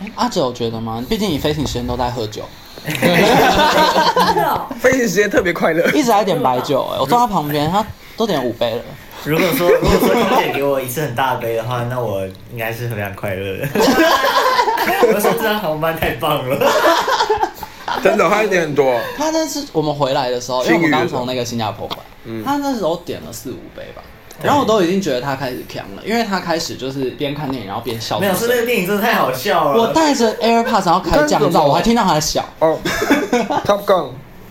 Speaker 4: 哎、哎阿哲有觉得吗？毕竟你飞行时间都在喝酒，
Speaker 6: 真的哦、
Speaker 5: 飞行时间特别快乐。
Speaker 4: 一直在点白酒、哎，我坐他旁边，他都点五杯了。
Speaker 1: 如果说如果说空姐给我一次很大杯的话，那我应该是非常快 乐的。我说这趟航班太棒了，
Speaker 5: 真的，他一点很多。
Speaker 4: 他那次我们回来的时候，因为我们刚从那个新加坡回来，
Speaker 5: 嗯
Speaker 4: 他那时候点了四五杯吧，然后我都已经觉得他开始呛了，因为他开始就是边看电影然后边笑
Speaker 1: 没
Speaker 4: 出
Speaker 1: 有，是那
Speaker 4: 声。
Speaker 1: 个电影真的太好笑了。
Speaker 4: 我带着 AirPods 然后开降
Speaker 5: 你看什
Speaker 4: 噪，
Speaker 5: 么
Speaker 4: 我还听到他在笑。
Speaker 5: 哦，Top Gun，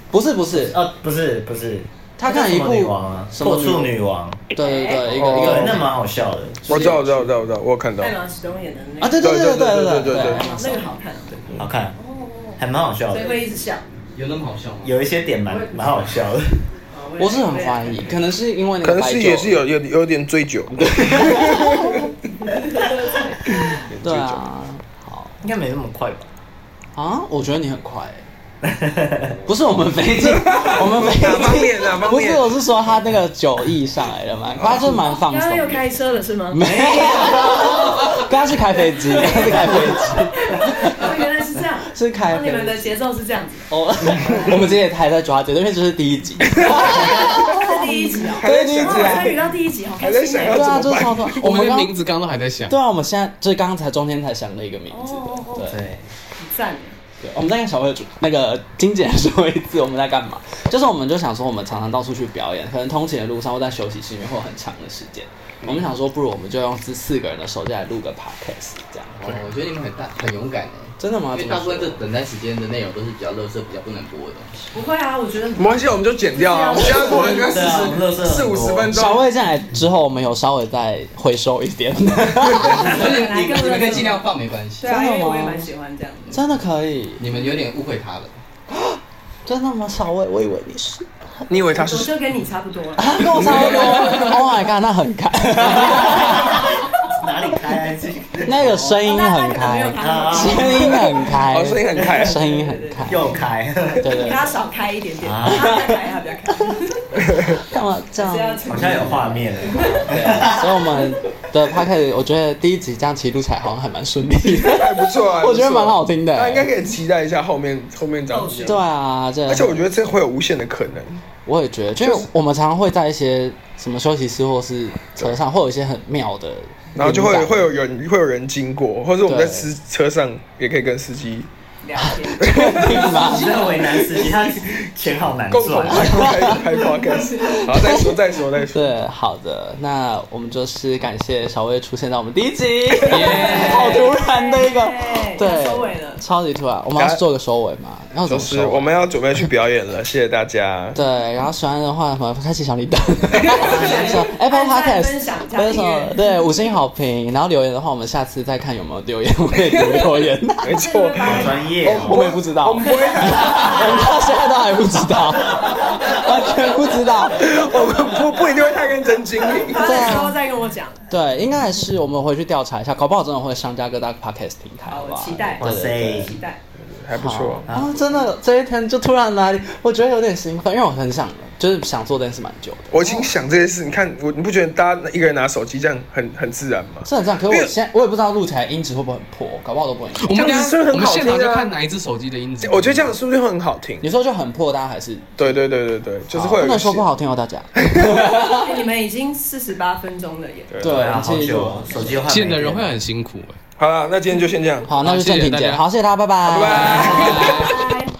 Speaker 4: 不是不是，
Speaker 1: 呃，不是不是，
Speaker 4: 他看一部
Speaker 1: 那个什么女王啊，
Speaker 4: 什么
Speaker 1: 破
Speaker 4: 女
Speaker 1: 处女王，
Speaker 4: 对对对，一
Speaker 5: 哦
Speaker 4: 个一
Speaker 1: 对，
Speaker 4: 个
Speaker 1: 那蛮好笑的。
Speaker 5: 我知道，我知道，我知道，我知道，我有看到
Speaker 6: 艾。玛史东演的那
Speaker 4: 啊，哦对
Speaker 6: 个，
Speaker 4: 对对
Speaker 5: 对
Speaker 4: 对
Speaker 5: 对
Speaker 4: 对
Speaker 5: 对
Speaker 4: 对
Speaker 5: 对对
Speaker 6: 那个好看，对，
Speaker 1: 好看，还蛮好笑
Speaker 6: 所以
Speaker 1: 的，
Speaker 6: 会一直笑。
Speaker 7: 有那么好笑吗？
Speaker 1: 有一些点蛮蛮好笑的。
Speaker 6: 哦
Speaker 4: 我是很怀疑，可能是因为那
Speaker 5: 可能
Speaker 4: 个白酒，
Speaker 5: 是也是有有有点醉酒，
Speaker 4: 对啊，好
Speaker 1: 应该没那么快吧？
Speaker 4: 啊，我觉得你很快欸。不是我们飞 机，我们飞
Speaker 5: 哪方
Speaker 4: 机
Speaker 5: 面哪方
Speaker 4: 不是，
Speaker 5: 面
Speaker 4: 我是说他那个酒意上来了嘛，他就是蛮放
Speaker 6: 刚
Speaker 4: 松
Speaker 6: 刚
Speaker 4: 的
Speaker 6: 又。开车了是吗？
Speaker 4: 没有，刚刚是开飞机，刚刚是开飞机。
Speaker 6: 哦，原来是这样，
Speaker 4: 是开
Speaker 6: 哦你们
Speaker 4: 飞
Speaker 6: 的
Speaker 4: 机
Speaker 6: 节奏是 这样子，
Speaker 4: 哦，我们今天也还在抓节奏，因为这是第一集，
Speaker 6: 这是第一集哦。
Speaker 4: 这是第一
Speaker 6: 哇
Speaker 4: 集
Speaker 6: 我
Speaker 4: 啊
Speaker 6: 参。与到第一集，好开
Speaker 5: 还在
Speaker 6: 心
Speaker 5: 想
Speaker 6: 哎！
Speaker 5: 要
Speaker 4: 对
Speaker 5: 怎
Speaker 4: 啊，
Speaker 5: 么
Speaker 4: 就是超多。
Speaker 2: 我们的
Speaker 4: 刚
Speaker 2: 名字刚刚还在想，
Speaker 4: 对啊，我们现在就是刚刚才中间才想了一个名字
Speaker 6: 哦哦哦
Speaker 4: 的，对
Speaker 1: 对，
Speaker 6: 很赞，
Speaker 4: 对。我们再跟小慧主那个金姐说一次，我们在干嘛？就是我们就想说，我们常常到处去表演，可能通勤的路上或在休息室里面会有很长的时间。我们想说，不如我们就用这四个人的手机来录个 podcast，这样。
Speaker 7: 哦，我觉得你们很大很勇敢哎，
Speaker 4: 真的吗？
Speaker 7: 因为
Speaker 4: 怎么
Speaker 7: 大部
Speaker 4: 说
Speaker 7: 分的等待时间的内容都是比较垃圾、比较不能播的东西。
Speaker 6: 不会啊，我觉得很
Speaker 5: 没关系，我们就剪掉啊。我们现在过了应该四
Speaker 1: 对啊我们乐
Speaker 5: 十
Speaker 1: 色很
Speaker 5: 四
Speaker 1: 多
Speaker 5: 五十分
Speaker 4: 小
Speaker 5: 钟，
Speaker 4: 魏进来之后，我们有稍微再回收一点，
Speaker 7: 所以你
Speaker 6: 本来
Speaker 7: 们
Speaker 6: 就
Speaker 7: 你们可以尽
Speaker 6: 啊
Speaker 7: 量
Speaker 6: 垃圾
Speaker 7: 放，没关系
Speaker 6: 对。啊，
Speaker 4: 真的
Speaker 6: 因
Speaker 4: 吗
Speaker 6: 为我也蛮喜欢这样的。
Speaker 4: 真的可以，
Speaker 7: 你们有点误会他了，
Speaker 4: 真的吗？小魏，我以为你啊是，
Speaker 5: 你以为他
Speaker 6: 我
Speaker 5: 是
Speaker 6: 就跟你差不多了，哦
Speaker 4: 他跟我差不多。Oh my god，那很开，
Speaker 1: 哪里开啊这个？
Speaker 4: 那个声音
Speaker 6: 那
Speaker 4: 很
Speaker 6: 那可能没有
Speaker 4: 开，啊
Speaker 6: 他那么
Speaker 4: 声音很开，
Speaker 5: 哦声音很开
Speaker 4: 声音很开。
Speaker 1: 又开，
Speaker 4: 对
Speaker 6: 比
Speaker 4: 对，
Speaker 6: 他少开一点点，
Speaker 1: 啊
Speaker 6: 他比较开，他比较开，
Speaker 4: 干嘛这样
Speaker 6: 这？样
Speaker 1: 好像有画面了。
Speaker 4: 所以我们的 p o c a s t 我觉得第一集这样骑录起来好像还蛮顺 利的，
Speaker 5: 还不错啊，
Speaker 4: 我觉得
Speaker 5: 还不错
Speaker 4: 蛮好听的
Speaker 5: 大家应该可以期待一下后面后面长什么
Speaker 4: 对
Speaker 5: 样。
Speaker 4: 啊，这
Speaker 5: 而且我觉得这会有无限的可能。
Speaker 4: 我也觉得，就是我们常常会在一些什么休息室或是车上，会有一些很妙的灵感，
Speaker 5: 然后就会会 有 人会有人经过，或者我们在
Speaker 4: 对
Speaker 5: 司车上也可以跟司机
Speaker 6: 聊天。
Speaker 4: 吗？
Speaker 1: 你在为难司机，他钱好难
Speaker 5: 共同
Speaker 1: 赚。
Speaker 5: 开开开 podcast。好， 再说再说再说。
Speaker 4: 对，好的，那我们就是感谢小薇出现在我们第一集，好突然的一个，对，
Speaker 6: 收尾了。
Speaker 4: 超级突然，我们要做个收尾嘛？要怎
Speaker 5: 就
Speaker 4: 么
Speaker 5: 是
Speaker 4: 收尾？
Speaker 5: 我们要准备去表演了，谢谢大家。
Speaker 4: 对，然后喜欢的话，什么开启小铃 铛是，Apple
Speaker 6: 按赞
Speaker 4: Podcast
Speaker 6: 分享加
Speaker 4: 分
Speaker 6: 订阅
Speaker 4: 享，对，五星好评，然后留言的话，我们下次再看有没有留言，我们也读留言，
Speaker 5: 没错，
Speaker 1: 好专业
Speaker 4: 我
Speaker 1: 哦，
Speaker 4: 们也不知道，
Speaker 5: 我们不会，
Speaker 4: 我们到现在都还不知道， 完全不知道，
Speaker 5: 我们不不一定会太认真经营。
Speaker 6: 他那时候再跟我讲，
Speaker 4: 对，应该还是我们回去调查一下，搞不好真的会上架各大 podcast 平台
Speaker 6: 好，我
Speaker 4: 吧。
Speaker 6: 期待，
Speaker 1: 哇塞，
Speaker 6: 期待。
Speaker 5: 还不错，
Speaker 4: 啊、真的这一天就突然来，我觉得有点兴奋，因为我很想，就是想做这件事蛮久的。
Speaker 5: 我已经想这些事，你看我，你不觉得大家一个人拿手机这样很很自然吗？
Speaker 4: 是很这样，可是我现在我也不知道录起来音质会不会很破，搞不好都不会很破。
Speaker 2: 我们
Speaker 5: 这
Speaker 2: 等
Speaker 5: 样
Speaker 2: 一
Speaker 5: 子是
Speaker 2: 下
Speaker 5: 不是
Speaker 2: 我
Speaker 5: 很
Speaker 2: 们
Speaker 5: 好
Speaker 2: 现
Speaker 5: 听啊
Speaker 2: 场就看哪一只手机的音质。
Speaker 5: 我觉得这样是不是会很好听？
Speaker 4: 你说就很破，大家还是
Speaker 5: 对对对对对，就是会有
Speaker 4: 不
Speaker 5: 一
Speaker 4: 能
Speaker 5: 个
Speaker 4: 说不好听哦，大家。
Speaker 6: 哎你们已经四十八分钟 了耶，
Speaker 4: 对
Speaker 1: 对啊，好
Speaker 4: 谢谢
Speaker 1: 久哦，手机换没
Speaker 2: 见的人
Speaker 1: 电
Speaker 2: 会很辛苦哎、
Speaker 5: 好了，那今天就先这样。
Speaker 4: 好，那就
Speaker 2: 好
Speaker 4: 正
Speaker 2: 谢谢
Speaker 4: 品
Speaker 2: 大
Speaker 4: 姐，
Speaker 2: 家
Speaker 4: 好，谢谢大家，拜拜，拜
Speaker 5: 拜拜
Speaker 6: 拜拜。